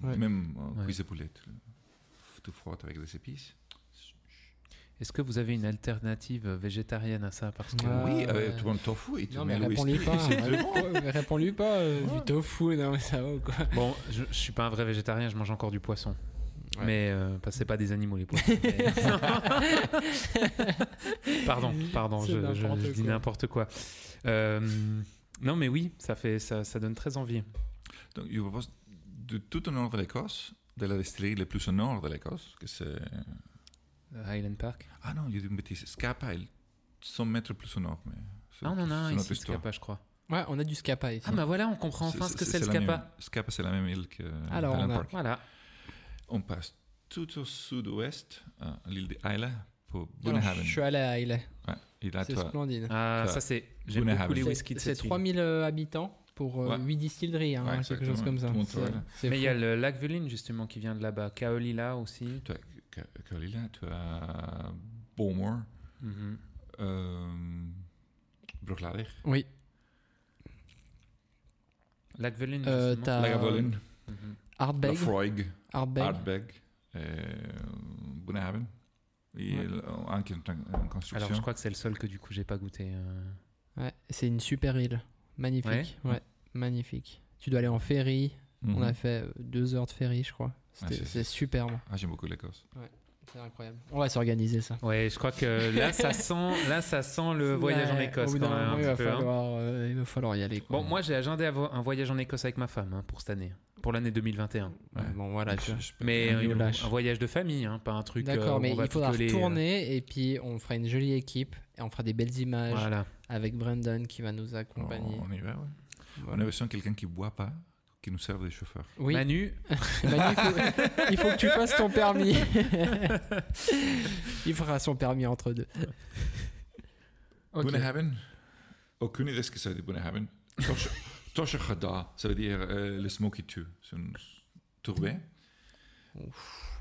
ou Ouais. même euh, Ouais. cuisse de poulet. Tu, tu frottes avec des épices. Est-ce que vous avez une alternative végétarienne à ça Parce que Ah, oui, ouais. avec tu prends le tofu et tu Non mais mets le whisky. réponds-lui pas, hein. c'est très bon. réponds- réponds-lui pas euh, Ouais. du tofu, non mais ça va ou quoi bon, je, je suis pas un vrai végétarien, je mange encore du poisson. Ouais. Mais euh, parce que c'est pas des animaux les poissons. mais- pardon, pardon, C'est je, je- n'importe je dis quoi. n'importe quoi. Euh, non, mais oui, ça fait ça, ça donne très envie. Donc, je propose de tout au nord de l'Écosse, de la distillerie la plus au nord de l'Écosse, que c'est Euh, Highland Park. Ah non, il y a une bêtise. Scapa, elle 100 mètres plus au nord. Mais c'est- Ah, on en a un c'est notre ici, histoire. Scapa, je crois. Ouais, on a du scapa ici. Ah, bah voilà, on comprend enfin ce que c'est le la Scapa. même- Scapa, c'est la même île que Alors, Highland on a- Park. Voilà. On passe tout au sud-ouest, à l'île de Isla, pour Alors, Bunahaven. je suis allé à Isla, Ouais, et là, c'est toi, splendide. Ah, Ça, ça, c'est. J'aime Boone beaucoup les Haven. whisky de C'est cette île. 3000 euh, habitants pour euh, Ouais. 8 distilleries, hein, Ouais, quelque chose exactement, comme ça. tout le monde C'est- travaille là. c'est Mais il y a fou. le lac Velin, justement, qui vient de là-bas. Kaolila aussi. toi, Ca- Carolina, tu as Beaumont, Mhm. euh, Bruglader, Oui. Lagvelin, Euh, justement. t'as- Ah, Lagavulin, Mhm. Hardbeg. Lafroig, Hardbeg. Aardbeg, euh, Boenhaven. Et Ouais. l- un qui est en- en construction. Alors, je crois que c'est le seul que du coup j'ai pas goûté. euh. Ouais, c'est une super île. Magnifique. Ouais. magnifique. Tu dois aller en ferry. Mhm. On a fait euh, deux heures de ferry, je crois. C'était- c'est- c'est superbe. Ah, j'aime beaucoup l'Écosse. C'est incroyable. On va s'organiser ça. Ouais, je crois que là ça sent, là ça sent le voyage en Ouais, au Écosse bout quand d'un même. moment, un il, va petit peu, hein. falloir, euh, il va falloir y aller. quoi. Bon, moi j'ai agendé à vo- un voyage en Écosse avec ma femme hein, pour cette année, pour l'année 2021. Ouais, Ouais. Bon, voilà, tu vois. Je- je- Mais Un euh, niveau lâche. un voyage de famille, hein, pas un truc. euh, D'accord, où mais on va il faudra picoler, euh, retourner et puis on fera une jolie équipe et on fera des belles images euh, Voilà. Oh. avec Brandon qui va nous on, accompagner. Oh, on y va, ouais. On Voilà. a besoin de quelqu'un qui boit pas, qui nous serve de chauffeur. Oui, Manu, Manu, il, faut, il faut que tu fasses ton permis. il fera son permis entre deux. Ok. Boenhaven, aucune idée ce que ça veut dire Boenhaven. Tosh- Toshachada, ça veut dire euh, le smoky too, c'est une tourbée.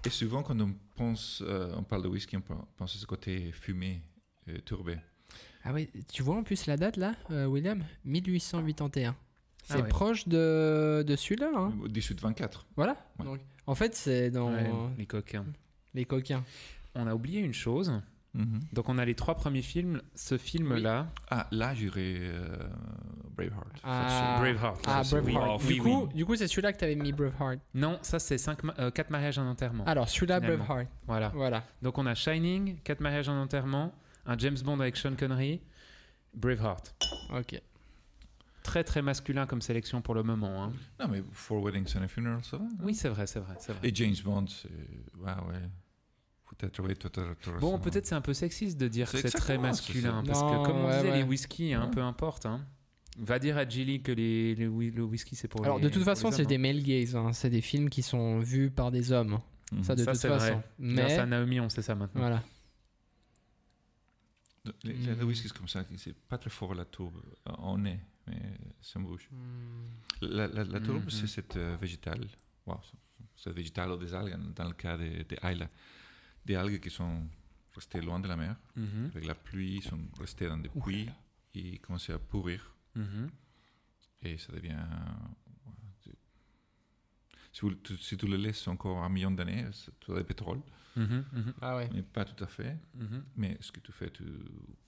Et souvent, quand on pense, euh, on parle de whisky, on pen- pense à ce côté fumé, euh, tourbé. Ah oui, tu vois en plus la date là, euh, William 1881. C'est Ah ouais. proche de, de celui-là. hein. 18-24. Voilà. Ouais. Donc, en fait, c'est dans Ouais, euh, les coquins. les coquins. On a oublié une chose. Mhm. Donc on a les trois premiers films. Ce film-là, Ah, là, j'irai euh, Braveheart. Ah. Braveheart. Ah, ça, c'est- Braveheart. oui, du, oui, coup, oui. du coup, c'est celui-là que t'avais mis Braveheart. Non, ça c'est cinq ma- euh, quatre mariages en enterrement. Alors, celui-là, Finalement. Braveheart. Voilà. Voilà. Donc on a Shining, quatre mariages en enterrement, un James Bond avec Sean Connery, Braveheart. Ok. Très très masculin comme sélection pour le moment. hein. Non, mais Four Weddings and a Funeral, ça va non Oui, c'est vrai, c'est vrai, c'est vrai. Et James Bond, c'est... Ouais, ouais. Peut-être, ouais, peut-être... peut-être- Bon, peut-être c'est un peu sexiste de dire que C'est c'est très exactement ce que masculin, c'est. parce Non, que comme on ouais, disait, ouais. les whisky, hein, Ouais. peu importe. hein. Va dire à Jilly que les, les whi- le whisky c'est pour Alors, les de pour toute les façon, c'est hommes, des hein. male gaze. hein. C'est des films qui sont vus par des hommes. hein. Mhm. Ça, de Ça, toute c'est vrai. façon. hein. Grâce Mais, à Naomi, on sait ça maintenant. voilà. Les, les- les Mm. whiskies comme ça, c'est pas très fort la tourbe euh, en nez, mais c'est en bouche. Hmm. La, la, la tourbe, Mhm. c'est cette euh, végétale, wow, c'est- c'est végétale ou des algues, hein, dans le cas des, des algues, des algues qui sont restées loin de la mer, Mhm, avec la pluie, sont restées dans des puits et commençaient à pourrir, mhm. et ça devient. ouais, c'est- si, vous, le- tu, si tu le laisses encore un million d'années, c'est- tu as du pétrole, Mhm, mhm, Ah ouais. mais pas tout à fait. mhm. Mais ce que tu fais, tu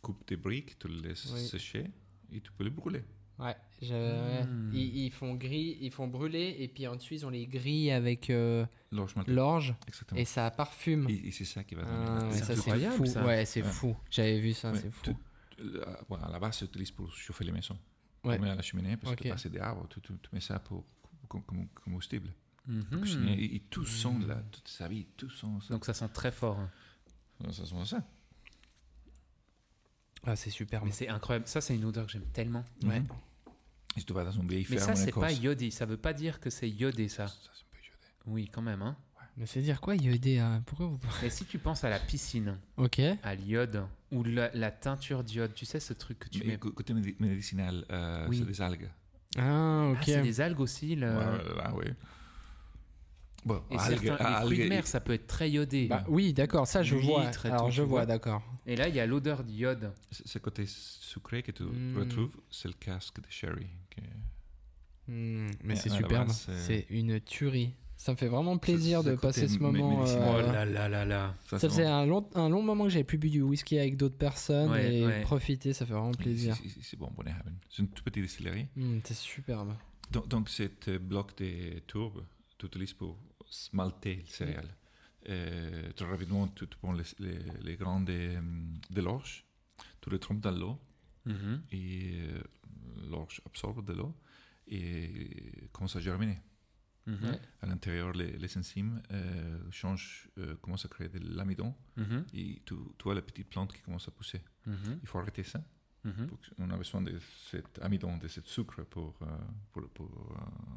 coupes des briques, tu les laisses Oui. sécher et tu peux les brûler. Ouais. je- Hmm. Ils, ils font gris, ils font brûler et puis ensuite ils ont les grilles avec euh, L'orge maltaise. l'orge Exactement. et ça parfume. Et, et c'est ça qui va donner. Ah, ouais, C'est ça, incroyable, fou. ça. Ouais, c'est Ouais. fou. J'avais vu ça, Ouais, c'est fou. tu- le- euh, bon, à la base, ça s'utilise pour chauffer les maisons. Ouais. Tu mets à la cheminée, parce que Ok. tu passes des arbres, tu, tu- tu mets ça pour, comme, comme combustible. Hmm. Mhm. Et, et tous sont là, toute sa vie, tous sont ça. Donc ça sent très fort. hein. Donc, ça sent ça. Ah, c'est super. Mais c'est incroyable. Ça, c'est une odeur que j'aime tellement. Ouais. Mhm. Et si tu vas dans une vieille Mais ferme ça, en c'est pas Écosse, iodé. Ça veut pas dire que c'est iodé, ça. ça, c'est un peu iodé. Oui, quand même. hein. Mais c'est dire quoi, IED hein Pourquoi vous. Mais si tu penses à la piscine, Ok. à l'iode, ou la, la teinture d'iode, tu sais, ce truc que tu Mais mets. cô- Côté médi- médicinal, euh, Oui. c'est des algues. Ah, Ah, ok. c'est des algues aussi. le- Ouais, là, oui. Bon, Et algues, certains, les fruits de algues, mer, ça peut être très iodé. Bah oui, d'accord, ça je L'huître vois. et Alors tout, je tu vois, vois. d'accord. Et là, il y a l'odeur d'iode. Ce ce côté sucré que tu Mm. retrouves, c'est le casque de sherry. que- Hmm, mais Ouais, c'est à la superbe. base, c'est- C'est une tuerie. Ça me fait vraiment plaisir c'est de le côté passer ce mé- moment. médicinal. euh, Oh là là là là. ça c'est faisait bon. un long, un long moment que j'avais plus bu du whisky avec d'autres personnes Ouais, et ouais. profiter, ça fait vraiment plaisir. C'est- c'est- C'est bon, ben. Bonnehaven. C'est une toute petite distillerie. Hmm, c'est superbe. Donc, donc cet euh, bloc de tourbe, tu utilises pour smalter le céréales. Euh, très rapidement, tu, tu prends les, les, les grains de, hum, de l'orge, tu les trempes dans l'eau Mhm. et euh, l'orge absorbe de l'eau et commence à germiner. Mhm. Ouais. À l'intérieur, les, les enzymes euh, changent, euh, commencent à créer de l'amidon Mhm. et tu, tu vois la petite plante qui commence à pousser. Mhm. Il faut arrêter ça. Mhm. Donc, on a besoin de cet amidon, de cet sucre pour, euh, pour, pour, euh,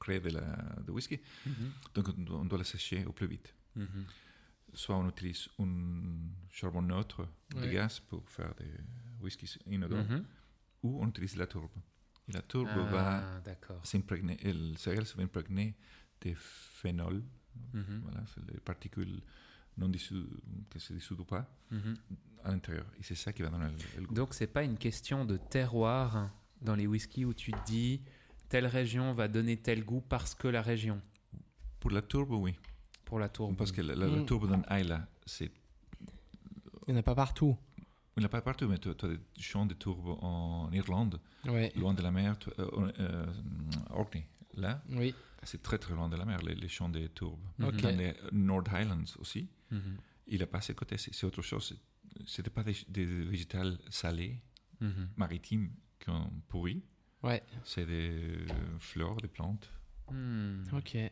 créer de la de whisky. Mhm. Donc on doit, on doit la sécher au plus vite. Mhm. Soit on utilise un charbon neutre de Ouais. gaz pour faire des whiskies inodores, Mhm. ou on utilise la tourbe. Et la tourbe va Ah, d'accord. s'imprégner, et le céréale va imprégner des phénols, Mhm. voilà, c'est les particules non dissous, que se dissout ou pas, Mhm. à l'intérieur. Et c'est ça qui va donner le, le goût. Donc c'est pas une question de terroir dans les whiskies où tu te dis telle région va donner tel goût parce que la région Pour la tourbe, oui. pour la tourbe. Parce que la, la- la Mm. tourbe d'un Isla, c'est. Il n'y en a pas partout. On n'a pas partout, mais tu as des champs de tourbe en Irlande, Ouais. loin de la mer, tu- euh, euh, euh, Orkney. Là, Oui. c'est très très loin de la mer, les, les champs de tourbe. Mhm. Mm. Ok. Dans les Nord Highlands aussi, Mhm. il a pas ces côtés, c'est c'est autre chose. C'était pas des, des végétales salés, Mhm. maritimes, qui ont pourri. Ouais. C'est des euh, fleurs, des plantes. Hmm. Ok. Mais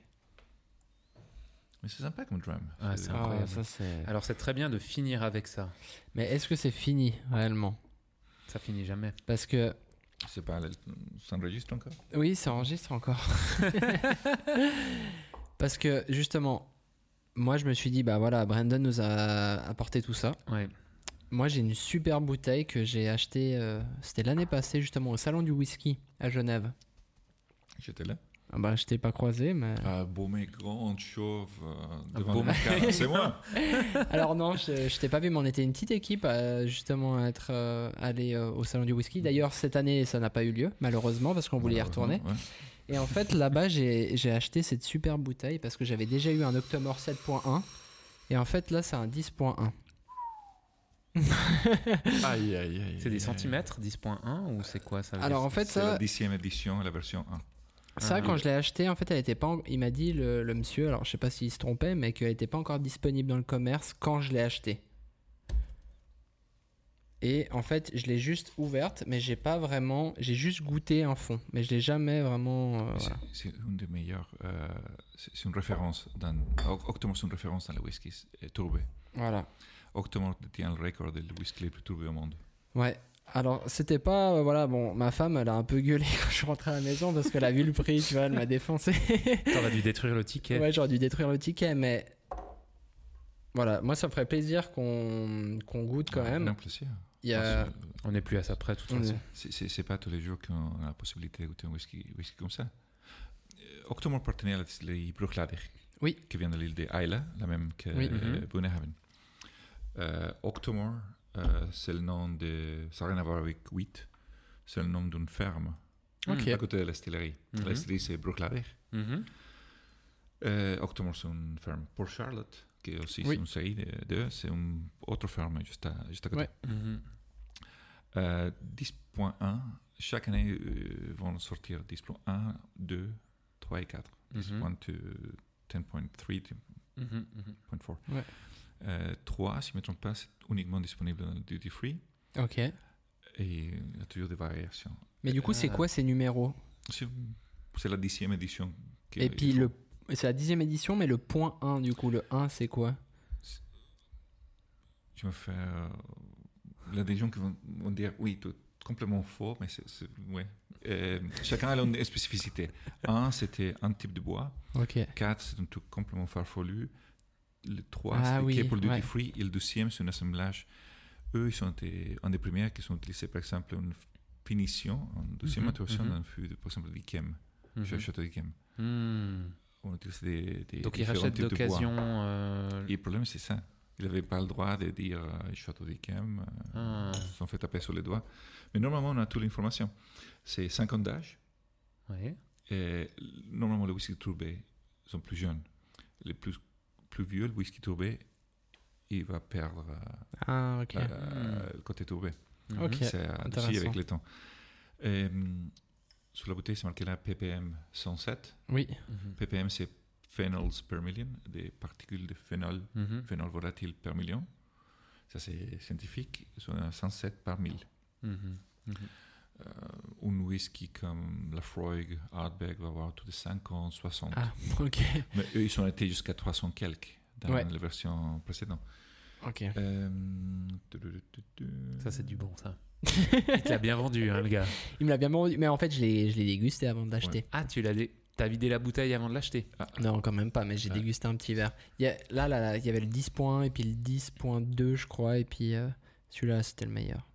c'est sympa comme drum. Ah, c'est Ah, incroyable. ça c'est. Alors c'est très bien de finir avec ça. Mais est-ce que c'est fini réellement Ça finit jamais. Parce que C'est pas. le- Ça enregistre encore oui, ça enregistre encore. Parce que justement, moi je me suis dit bah voilà, Brandon nous a apporté tout ça. Ouais. Moi, j'ai une super bouteille que j'ai achetée, euh, c'était l'année passée, justement, au Salon du Whisky à Genève. J'étais là. Ah bah, je t'ai pas croisé, mais. Ah, beau mec grand, chauve, euh, Ah, devant beau le car, c'est moi Alors, non, je, je t'ai pas vu, mais on était une petite équipe à justement à être euh, allé euh, au Salon du Whisky. D'ailleurs, cette année, ça n'a pas eu lieu, malheureusement, parce qu'on voulait y retourner. Ouais. Et en fait, là-bas, j'ai j'ai acheté cette super bouteille parce que j'avais déjà eu un Octomore 7.1. Et en fait, là, c'est un 10.1. Aïe, aïe, aïe. C'est des centimètres 10.1 ou c'est quoi ça veut Alors, dire en fait, C'est ça. la dixième édition, la version 1. Ça, Ah. quand je l'ai acheté, en fait, elle était pas. en- Il m'a dit le, le monsieur, alors je sais pas s'il se trompait, mais qu'elle était pas encore disponible dans le commerce quand je l'ai acheté. Et en fait, je l'ai juste ouverte, mais j'ai pas vraiment. J'ai juste goûté un fond, mais je l'ai jamais vraiment. euh, voilà. C'est une des meilleures. euh, c'est c'est une référence dans. Oc- Octomore, c'est une référence dans le whisky euh, tourbé. Voilà. Octomore détient le record du whisky le plus tourbé au monde. Ouais. Alors, c'était pas. euh, voilà, bon, ma femme, elle a un peu gueulé quand je suis rentré à la maison parce qu'elle a vu le prix, tu vois, elle m'a défoncé. T'aurais dû détruire le ticket. Ouais, j'aurais dû détruire le ticket, mais. Voilà, moi, ça me ferait plaisir qu'on qu'on goûte quand Ah, même. un plaisir. Il y a. Parce que On n'est plus à ça près de toute on est- façon. C'est- C'est c'est pas tous les jours qu'on a la possibilité d'écouter un whisky, whisky comme ça. Euh, Octomore appartenait à les Bruchlader. Oui. Qui vient de l'île de Isla, la même que Oui. Mm-hmm. euh, Mhm. Bonehaven. Euh, Octomore, euh, c'est le nom de. Ça n'a rien à voir avec wheat. C'est le nom d'une ferme Ok. Mm-hmm. à côté de la distillerie. Mhm. La distillerie, c'est Bruchlader. Mhm. Euh, Octomore, c'est une ferme. Pour Charlotte, qui est aussi Oui. une série de d'eux, c'est une autre ferme juste à, juste à côté. Ouais. Mhm. Euh, 10.1, chaque année euh, vont sortir 10.1, 2, 3 et 4. Mhm. 10.2, 10.3, Mhm. Mhm. 10.4. Ouais. Euh, 3, si je ne me trompe pas, c'est uniquement disponible dans le duty free Ok. et il y a toujours des variations. Mais du coup, c'est Euh, Ah. quoi ces numéros C'est c'est la dixième édition. que- Et puis, il faut- le... c'est la dixième édition, mais le point 1, du coup, le 1, c'est quoi Je me fais. euh, Il y a des gens qui vont, vont dire oui, tout complètement faux, mais c'est. c'est- ouais. Euh, chacun a une spécificité. Un, c'était un type de bois. Ok. 4, c'est un truc complètement farfelu. Le 3, Ah c'est oui, qui est pour le duty ouais. free. Et le deuxième, c'est un assemblage. Eux, ils sont des- un des premiers qui sont utilisés, par exemple, une finition, une deuxième Mhm, maturation mhm. d'un fût, de, par exemple, d'Ikem. Mhm. Chez le Château d'Ikem. Mhm. On utilise des, des Donc ils différents rachètent types de bois. d'occasion. euh, Et le problème, c'est ça. Ils n'avaient pas le droit de dire euh, Château d'Ikem. euh, Ah. Ils se sont fait taper sur les doigts. Mais normalement, on a toute l'information. C'est 5 ans d'âge. Ouais. Et Eh, normalement, les whisky tourbés sont plus jeunes. Les plus, plus vieux, le whisky tourbé, il va perdre euh, Ah, ok. euh, le côté tourbé. Mhm. Ok. C'est adouci intéressant. avec le temps. Et, hum, sur la bouteille, c'est marqué là ppm 107. Oui. Mhm. ppm, c'est phenols per million, des particules de phénol, Mhm. phénol volatile per million. Ça, c'est scientifique. C'est un 107 par 1000. Mhm. Mhm. Euh, un whisky comme Lafroig, Hardback va avoir tous les 50, 60. Ah, ok. Mais eux, ils sont été jusqu'à 300 quelques dans Ouais. la version précédente. Ok. Euh, tu, tu, tu, tu, tu. Ça, c'est du bon, ça. Il te l'a bien vendu, hein, le gars. Il me l'a bien vendu, mais en fait, je l'ai je l'ai dégusté avant de l'acheter. Ah, tu l'as dé- T'as vidé la bouteille avant de l'acheter. Non, quand même pas, mais j'ai Ouais. dégusté un petit verre. Il y a- Là, là, là, il y avait le 10.1 et puis le 10.2, je crois, et puis euh, celui-là, c'était le meilleur.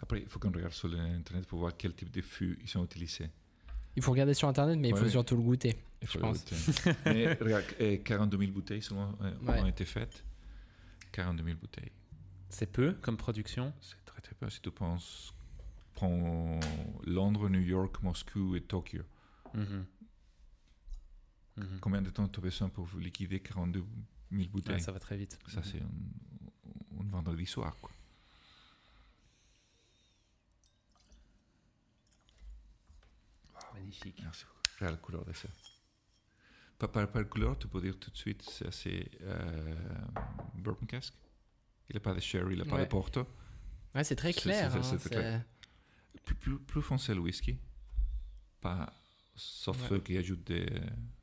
Après, il faut qu'on regarde sur l'Internet pour voir quel type de fût ils ont utilisé. Il faut regarder sur internet, mais il Ouais, faut ouais. surtout le goûter. Il faut Je pense. goûter. Mais regarde, eh, 42 000 bouteilles seulement euh, Ouais. ont été faites. 42 000 bouteilles. C'est peu comme production. C'est très très peu si tu penses. Prends Londres, New York, Moscou et Tokyo. Mhm. Mhm. Combien de temps tu as besoin pour liquider 42 000 bouteilles Ouais, ça va très vite. Ça, c'est un, un vendredi soir. Quoi. Mhm. Magnifique. Merci beaucoup. Regarde la couleur de ça. Par, par, par couleur, tu peux dire tout de suite, ça c'est euh, bourbon casque. Il n'a pas de sherry, il n'a pas Ouais. de porto. Ouais, c'est très C'est- clair. c'est- hein, c'est très clair. Plus, plus, plus foncé le whisky. Pas, sauf Ouais. ceux qui ajoutent des,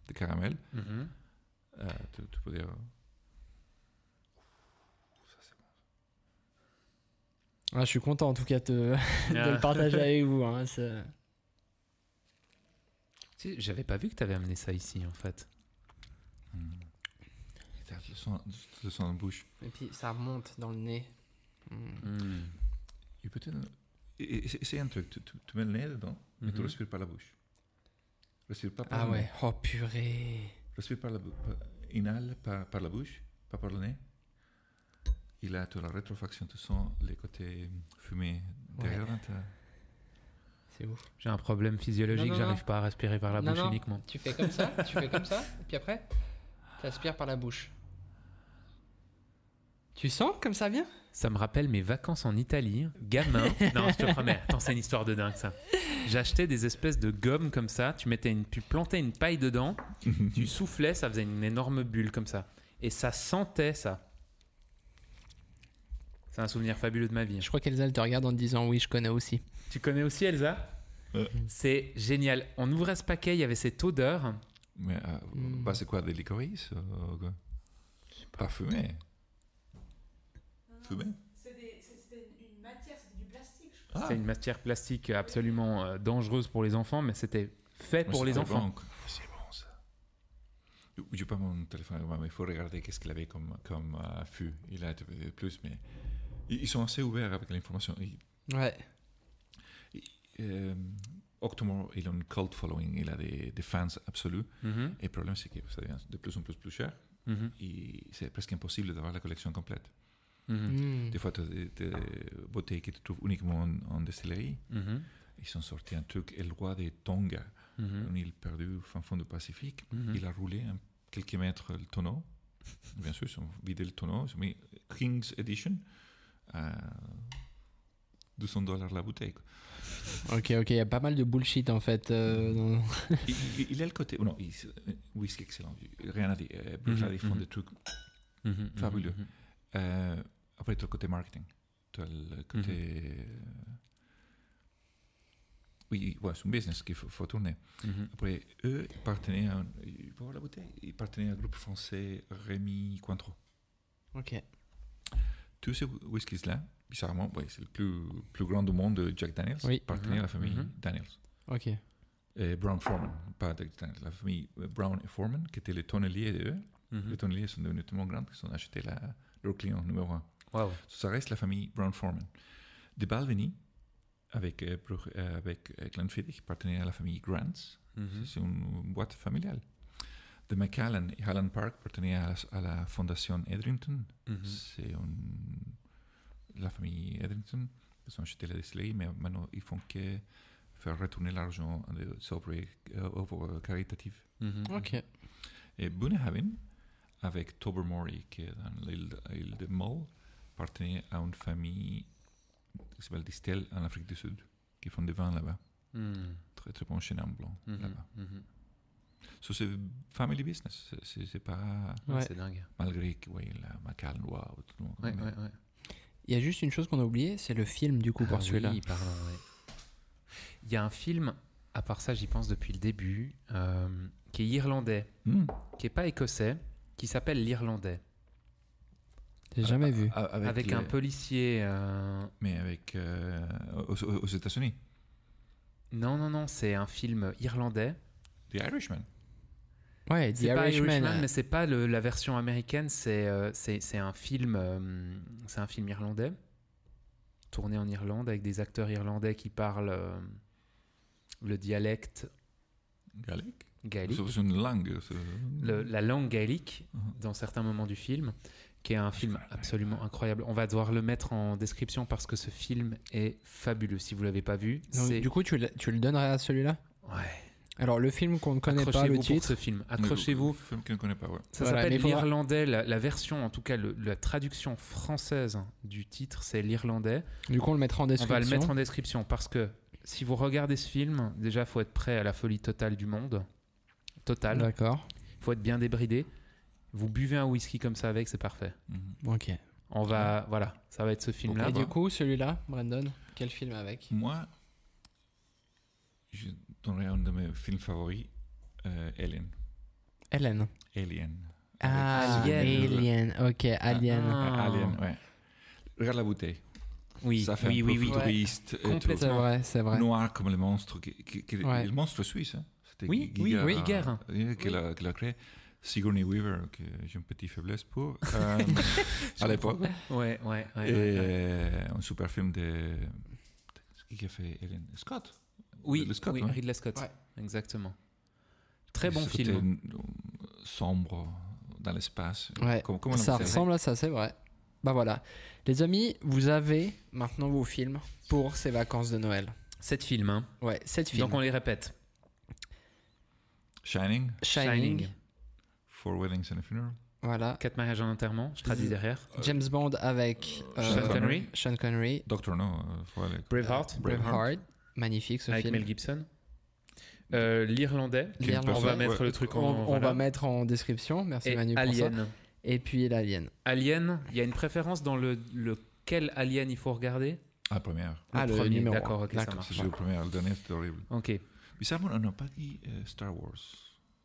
des caramels. Mhm. Euh, tu, tu peux dire. Ça, c'est bon. Ah, je suis content en tout cas de, de Ah. le partager avec vous. hein, c'est- Tu sais, J'avais pas vu que t'avais amené ça ici en fait. Mm. Putain, Le sang, le sang en bouche. Et puis ça remonte dans le nez. Hmm. Mm. Mhm. Et peut-être. et- et- Essaye un truc. Tu, tu, tu mets le nez dedans, mais tu Mhm. ne respires pas la bouche. Respire pas par Ah Euh, le nez. ouais, oh purée. Respire par la bouche. Inhale par, par la bouche, pas par le nez. Et là, tu as la rétrofaction, tu sens les côtés euh, fumés derrière. là, t'as- C'est ouf. J'ai un problème physiologique, Non, non, j'arrive pas à respirer par la Non, bouche non. uniquement. Tu fais comme ça, tu fais comme ça, et puis après, t'aspires par la bouche. Tu sens comme ça vient Ça me rappelle mes vacances en Italie, gamin. non, je te promets. Attends, c'est une histoire de dingue ça. J'achetais des espèces de gommes comme ça. Tu mettais une, tu plantais une paille dedans, tu soufflais, ça faisait une énorme bulle comme ça, et ça sentait ça. C'est un souvenir fabuleux de ma vie. Je crois qu'Elsa elle te regarde en te disant oui, je connais aussi. Tu connais aussi Elsa Ouais. C'est génial. On ouvrait ce paquet, il y avait cette odeur. Mais euh, Mm. bah, c'est quoi, des licorices ou quoi Pas fumé. Fumé C'était c'était une matière, c'était du plastique, je Ah, C'est une matière plastique absolument euh, dangereuse pour les enfants, mais c'était fait mais pour c'est les très enfants. bon, quoi. C'est bon ça. Je- J'ai pas mon téléphone avec moi, mais il faut regarder qu'est-ce qu'il avait comme, comme euh, fût. Il a été plus, mais ils ils sont assez ouverts avec l'information. Ils- Ouais. Euh, Octomore, il a un cult following, il a des, des fans absolus. Mhm, Et le problème, c'est que ça devient de plus en plus plus cher. mhm, Et c'est presque impossible d'avoir la collection complète. mhm, Mm. Des fois, tu as des, des bouteilles que tu trouves uniquement en, en distillerie. mhm, Ils sont sortis un truc, El Roi des Tonga, mhm, une île perdue au fin fond du Pacifique. mhm. Il a roulé un- quelques mètres le tonneau. Bien sûr, ils ont vidé le tonneau. Ils ont mis King's Edition à 200 dollars la bouteille. quoi. Ok, ok, il y a pas mal de bullshit en fait. euh, dans- il, il- il a le côté. oh Non, il, euh, oui, c'est excellent. Rien à dire. Euh, Bruce Mhm, Lee, ils font mhm. des trucs. Mhm, mhm, Fabuleux. mhm. Euh, après, tu as le côté marketing. Tu as le côté. euh, Oui, ouais, c'est un business qu'il faut, faut tourner. Mhm. Après, eux, ils partenaient à. un- ils- pour la bouteille, ils partenaient à un groupe français, Rémi Cointreau. Ok. Tous ces whiskies-là, bizarrement, ouais, c'est le plus, plus grand du monde, euh, Jack Daniels, Oui. partenaire à la Mhm, famille mhm. Daniels. Ok. Et Eh, Brown Foreman, pas Jack Daniels, la famille euh, Brown et Foreman, qui étaient les tonneliers de eux. Les Mhm. tonneliers sont devenus tellement grands qu'ils ont acheté la, leur client numéro un. Waouh. Ça reste la famille Brown-Forman. De Balvenie, avec, euh, Brug- euh, avec euh, Glenfiddich, partenaire à la famille Grants, Mhm. c'est une boîte familiale. De McAllen et Allen Park, partenaire à la, à la fondation Edrington, Mhm. c'est une- Mm-hmm. la famille Edrington. Ils ont acheté la distillerie, mais maintenant ils font que faire retourner l'argent à des œuvres euh, œuvres caritatives. Mhm. Hmm. Ok. Et Bunehaven, E avec Tobermory, qui est dans l'île de, l'île de Mull, appartenait à une famille qui s'appelle Distel en Afrique du Sud, qui font des vins là-bas. Mhm. Très très bon chenin blanc Mhm. là-bas. Mhm. So, c'est family business, c'est- c'est c'est pas Ouais, Ouais. C'est dingue. malgré que ouais, la Macallan, wow, tout le monde. Ouais, mais- ouais, ouais. Il y a juste une chose qu'on a oubliée, c'est le film du coup pour Ah celui-là. oui, pardon, ouais. Il y a un film, à part ça, j'y pense depuis le début, euh, qui est irlandais, Hmm. qui est pas écossais, qui s'appelle L'Irlandais, J'ai jamais vu. A- Avec, avec, un les- policier. euh, Mais avec. euh, aux, aux- aux États-Unis. Non, non, non, c'est un film irlandais. The Irishman. Ouais, Ah, The C'est pas Irishman. Irishman, euh, mais c'est pas le- la version américaine, c'est euh, c'est c'est un film euh, c'est un film irlandais tourné en Irlande avec des acteurs irlandais qui parlent euh, le dialecte Gaelique gaélique. C'est c'est une langue. euh, c'est- Le- la langue gaélique Mhm. dans certains moments du film, qui est un film connais pas. absolument incroyable. On va devoir le mettre en description parce que ce film est fabuleux. Si vous l'avez pas vu, Donc, c'est du coup, tu, le- tu le donnerais à celui-là ouais. Alors, le film qu'on ne connaît pas, le accrochez-vous pour titre. ce film. Mais- Accrochez-vous. Film que je ne connais pas, ouais. Ça Voilà, mais s'appelle faudra- l'irlandais. La, la version, en tout cas, le- la traduction française du titre, c'est l'irlandais. Du coup, on le mettra en On description. va le mettre en description parce que si vous regardez ce film, déjà, faut être prêt à la folie totale du monde. Totale. D'accord. Faut être bien débridé. Vous buvez un whisky comme ça avec, c'est parfait. Mhm. Ok. On va, voilà, ça va être ce film-là. Et bah. du coup, celui-là, Brandon, quel film avec Moi, je donnerais un de mes films favoris, euh, Alien. Hélène. Alien. Ah, Avec- Alien. Alien. Ok, Alien. Ah. Ah, Alien, ouais. Regarde la bouteille. Oui, Ça fait oui, un peu oui, oui. futuriste. et tout. ah, C'est Complètement. vrai, c'est vrai. Noir comme le monstre. Qui, qui- qui- Ouais. Le monstre suisse. Hein. C'était Oui, oui, Giger, oui, euh, Giger. euh, qui l'a qui l'a créé. Sigourney Weaver, que j'ai une petite faiblesse pour, euh, à l'époque. Ouais, ouais, ouais, Et ouais, ouais. euh, un super film de. Qui a fait Alien Scott Oui, Ridley Scott, oui, ouais. Ridley Scott. Ouais. Exactement. Très bon C'était film. une- sombre dans l'espace. hein. Ouais. Comme- comment on ça l'appelle ressemble à ça, c'est vrai. Bah voilà. Les amis, vous avez maintenant vos films pour ces vacances de Noël. Sept films. hein. Ouais, 7 films. Donc on les répète. Shining, Shining, Four Weddings and a Funeral. Voilà. Quatre mariages en enterrement. Je Euh, traduis derrière. James Bond avec Euh, Sean euh, Connery. Sean Connery. Doctor No. euh, faut aller- Braveheart. Braveheart. Magnifique ce avec film. Mel Gibson. Euh, L'Irlandais. Kim L'Irlandais. On Perfect, va mettre ouais. le truc en. On, on voilà. va mettre en description. Merci Et Manu pour ça. Alien. Et puis l'Alien. Alien, il y a une préférence dans le, lequel Alien il faut regarder Ah, première. Ah, le numéro un. D'accord, ok, ça D'accord. marche. C'est le premier, le dernier, c'était horrible. Ok. Bizarrement, on n'a pas dit euh, Star Wars.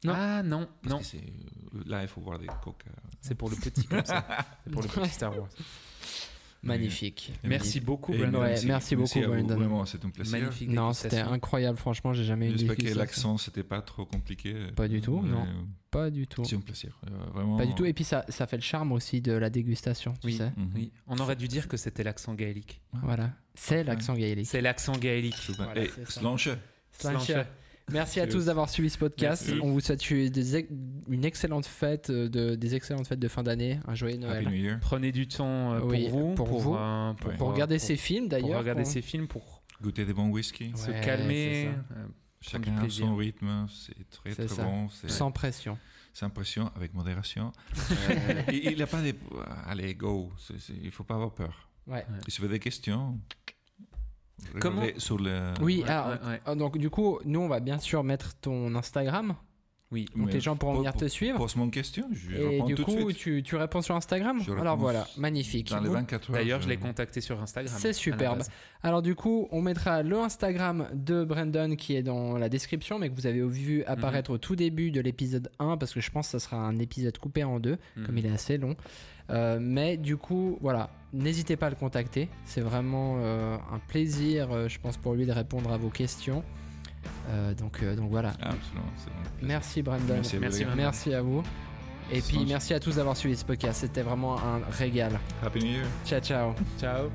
Non. Ah non, Parce non. que c'est, euh, là, il faut voir des coques. euh. C'est pour le petit comme ça. C'est pour le petit Star Wars. Magnifique. Merci beaucoup, Et Brandon. Ouais, merci beaucoup, à vous. Brandon. Vraiment, c'est un plaisir. Magnifique. Non, c'était dégustation. incroyable. Franchement, j'ai jamais eu J'espère défi que sur ça. l'accent, c'était pas trop compliqué. Pas du tout, Mais, non. euh, Pas du tout. C'est un plaisir. euh, vraiment. Pas du tout. Et puis ça, ça fait le charme aussi de la dégustation, tu Oui. sais. Mhm. Oui, on aurait dû dire que c'était l'accent gaélique. Voilà. C'est l'accent gaélique. C'est l'accent gaélique. Super. Voilà, Et c'est ça. Slanche. Slancher. Merci à Cheers. tous d'avoir suivi ce podcast. Merci. On vous souhaite des ex- une excellente fête, euh, de, des excellentes fêtes de fin d'année, un joyeux Happy Noël. New Year. Prenez du temps euh, pour Oui, vous, pour vous. euh, Pour Pour regarder pour- ces films pour d'ailleurs. regarder pour- ces films, pour Goûter des bons whisky. se Ouais, calmer. c'est euh, Chacun du a plaisir. son rythme. C'est très, C'est très ça. bon. C'est sans pression. c'est impressionnant, avec modération. Euh, il n'a pas des. Allez, go. C'est- c'est- il faut pas avoir peur. Ouais. Si vous avez des questions, Comment- regardez sur le. Oui, ouais, ah, ouais, ouais. ah, donc du coup, nous on va bien sûr mettre ton Instagram, Oui, donc Mais les gens pourront po- venir po- te suivre. Pose mon question, je Et réponds du tout de coup, suite. tu, tu réponds sur Instagram Je Alors réponds voilà, magnifique. Dans les Vous- 24 heures. d'ailleurs, je l'ai contacté sur Instagram. C'est à la superbe. base. Alors du coup, on mettra le Instagram de Brandon qui est dans la description, mais que vous avez vu apparaître au tout début de l'épisode 1, parce que je pense que ça sera un épisode coupé en deux, Mhm. comme il est assez long. Euh, mais du coup, voilà, n'hésitez pas à le contacter. C'est vraiment euh, un plaisir, euh, je pense, pour lui de répondre à vos questions. Euh, donc, euh, donc voilà. Ah, Absolument, c'est bon. Merci Brandon. Merci à vous, Merci, les gars. Brandon. Merci à vous. Et puis Sans- merci à tous d'avoir suivi ce podcast. C'était vraiment un régal. Happy New Year. Ciao ciao. Ciao.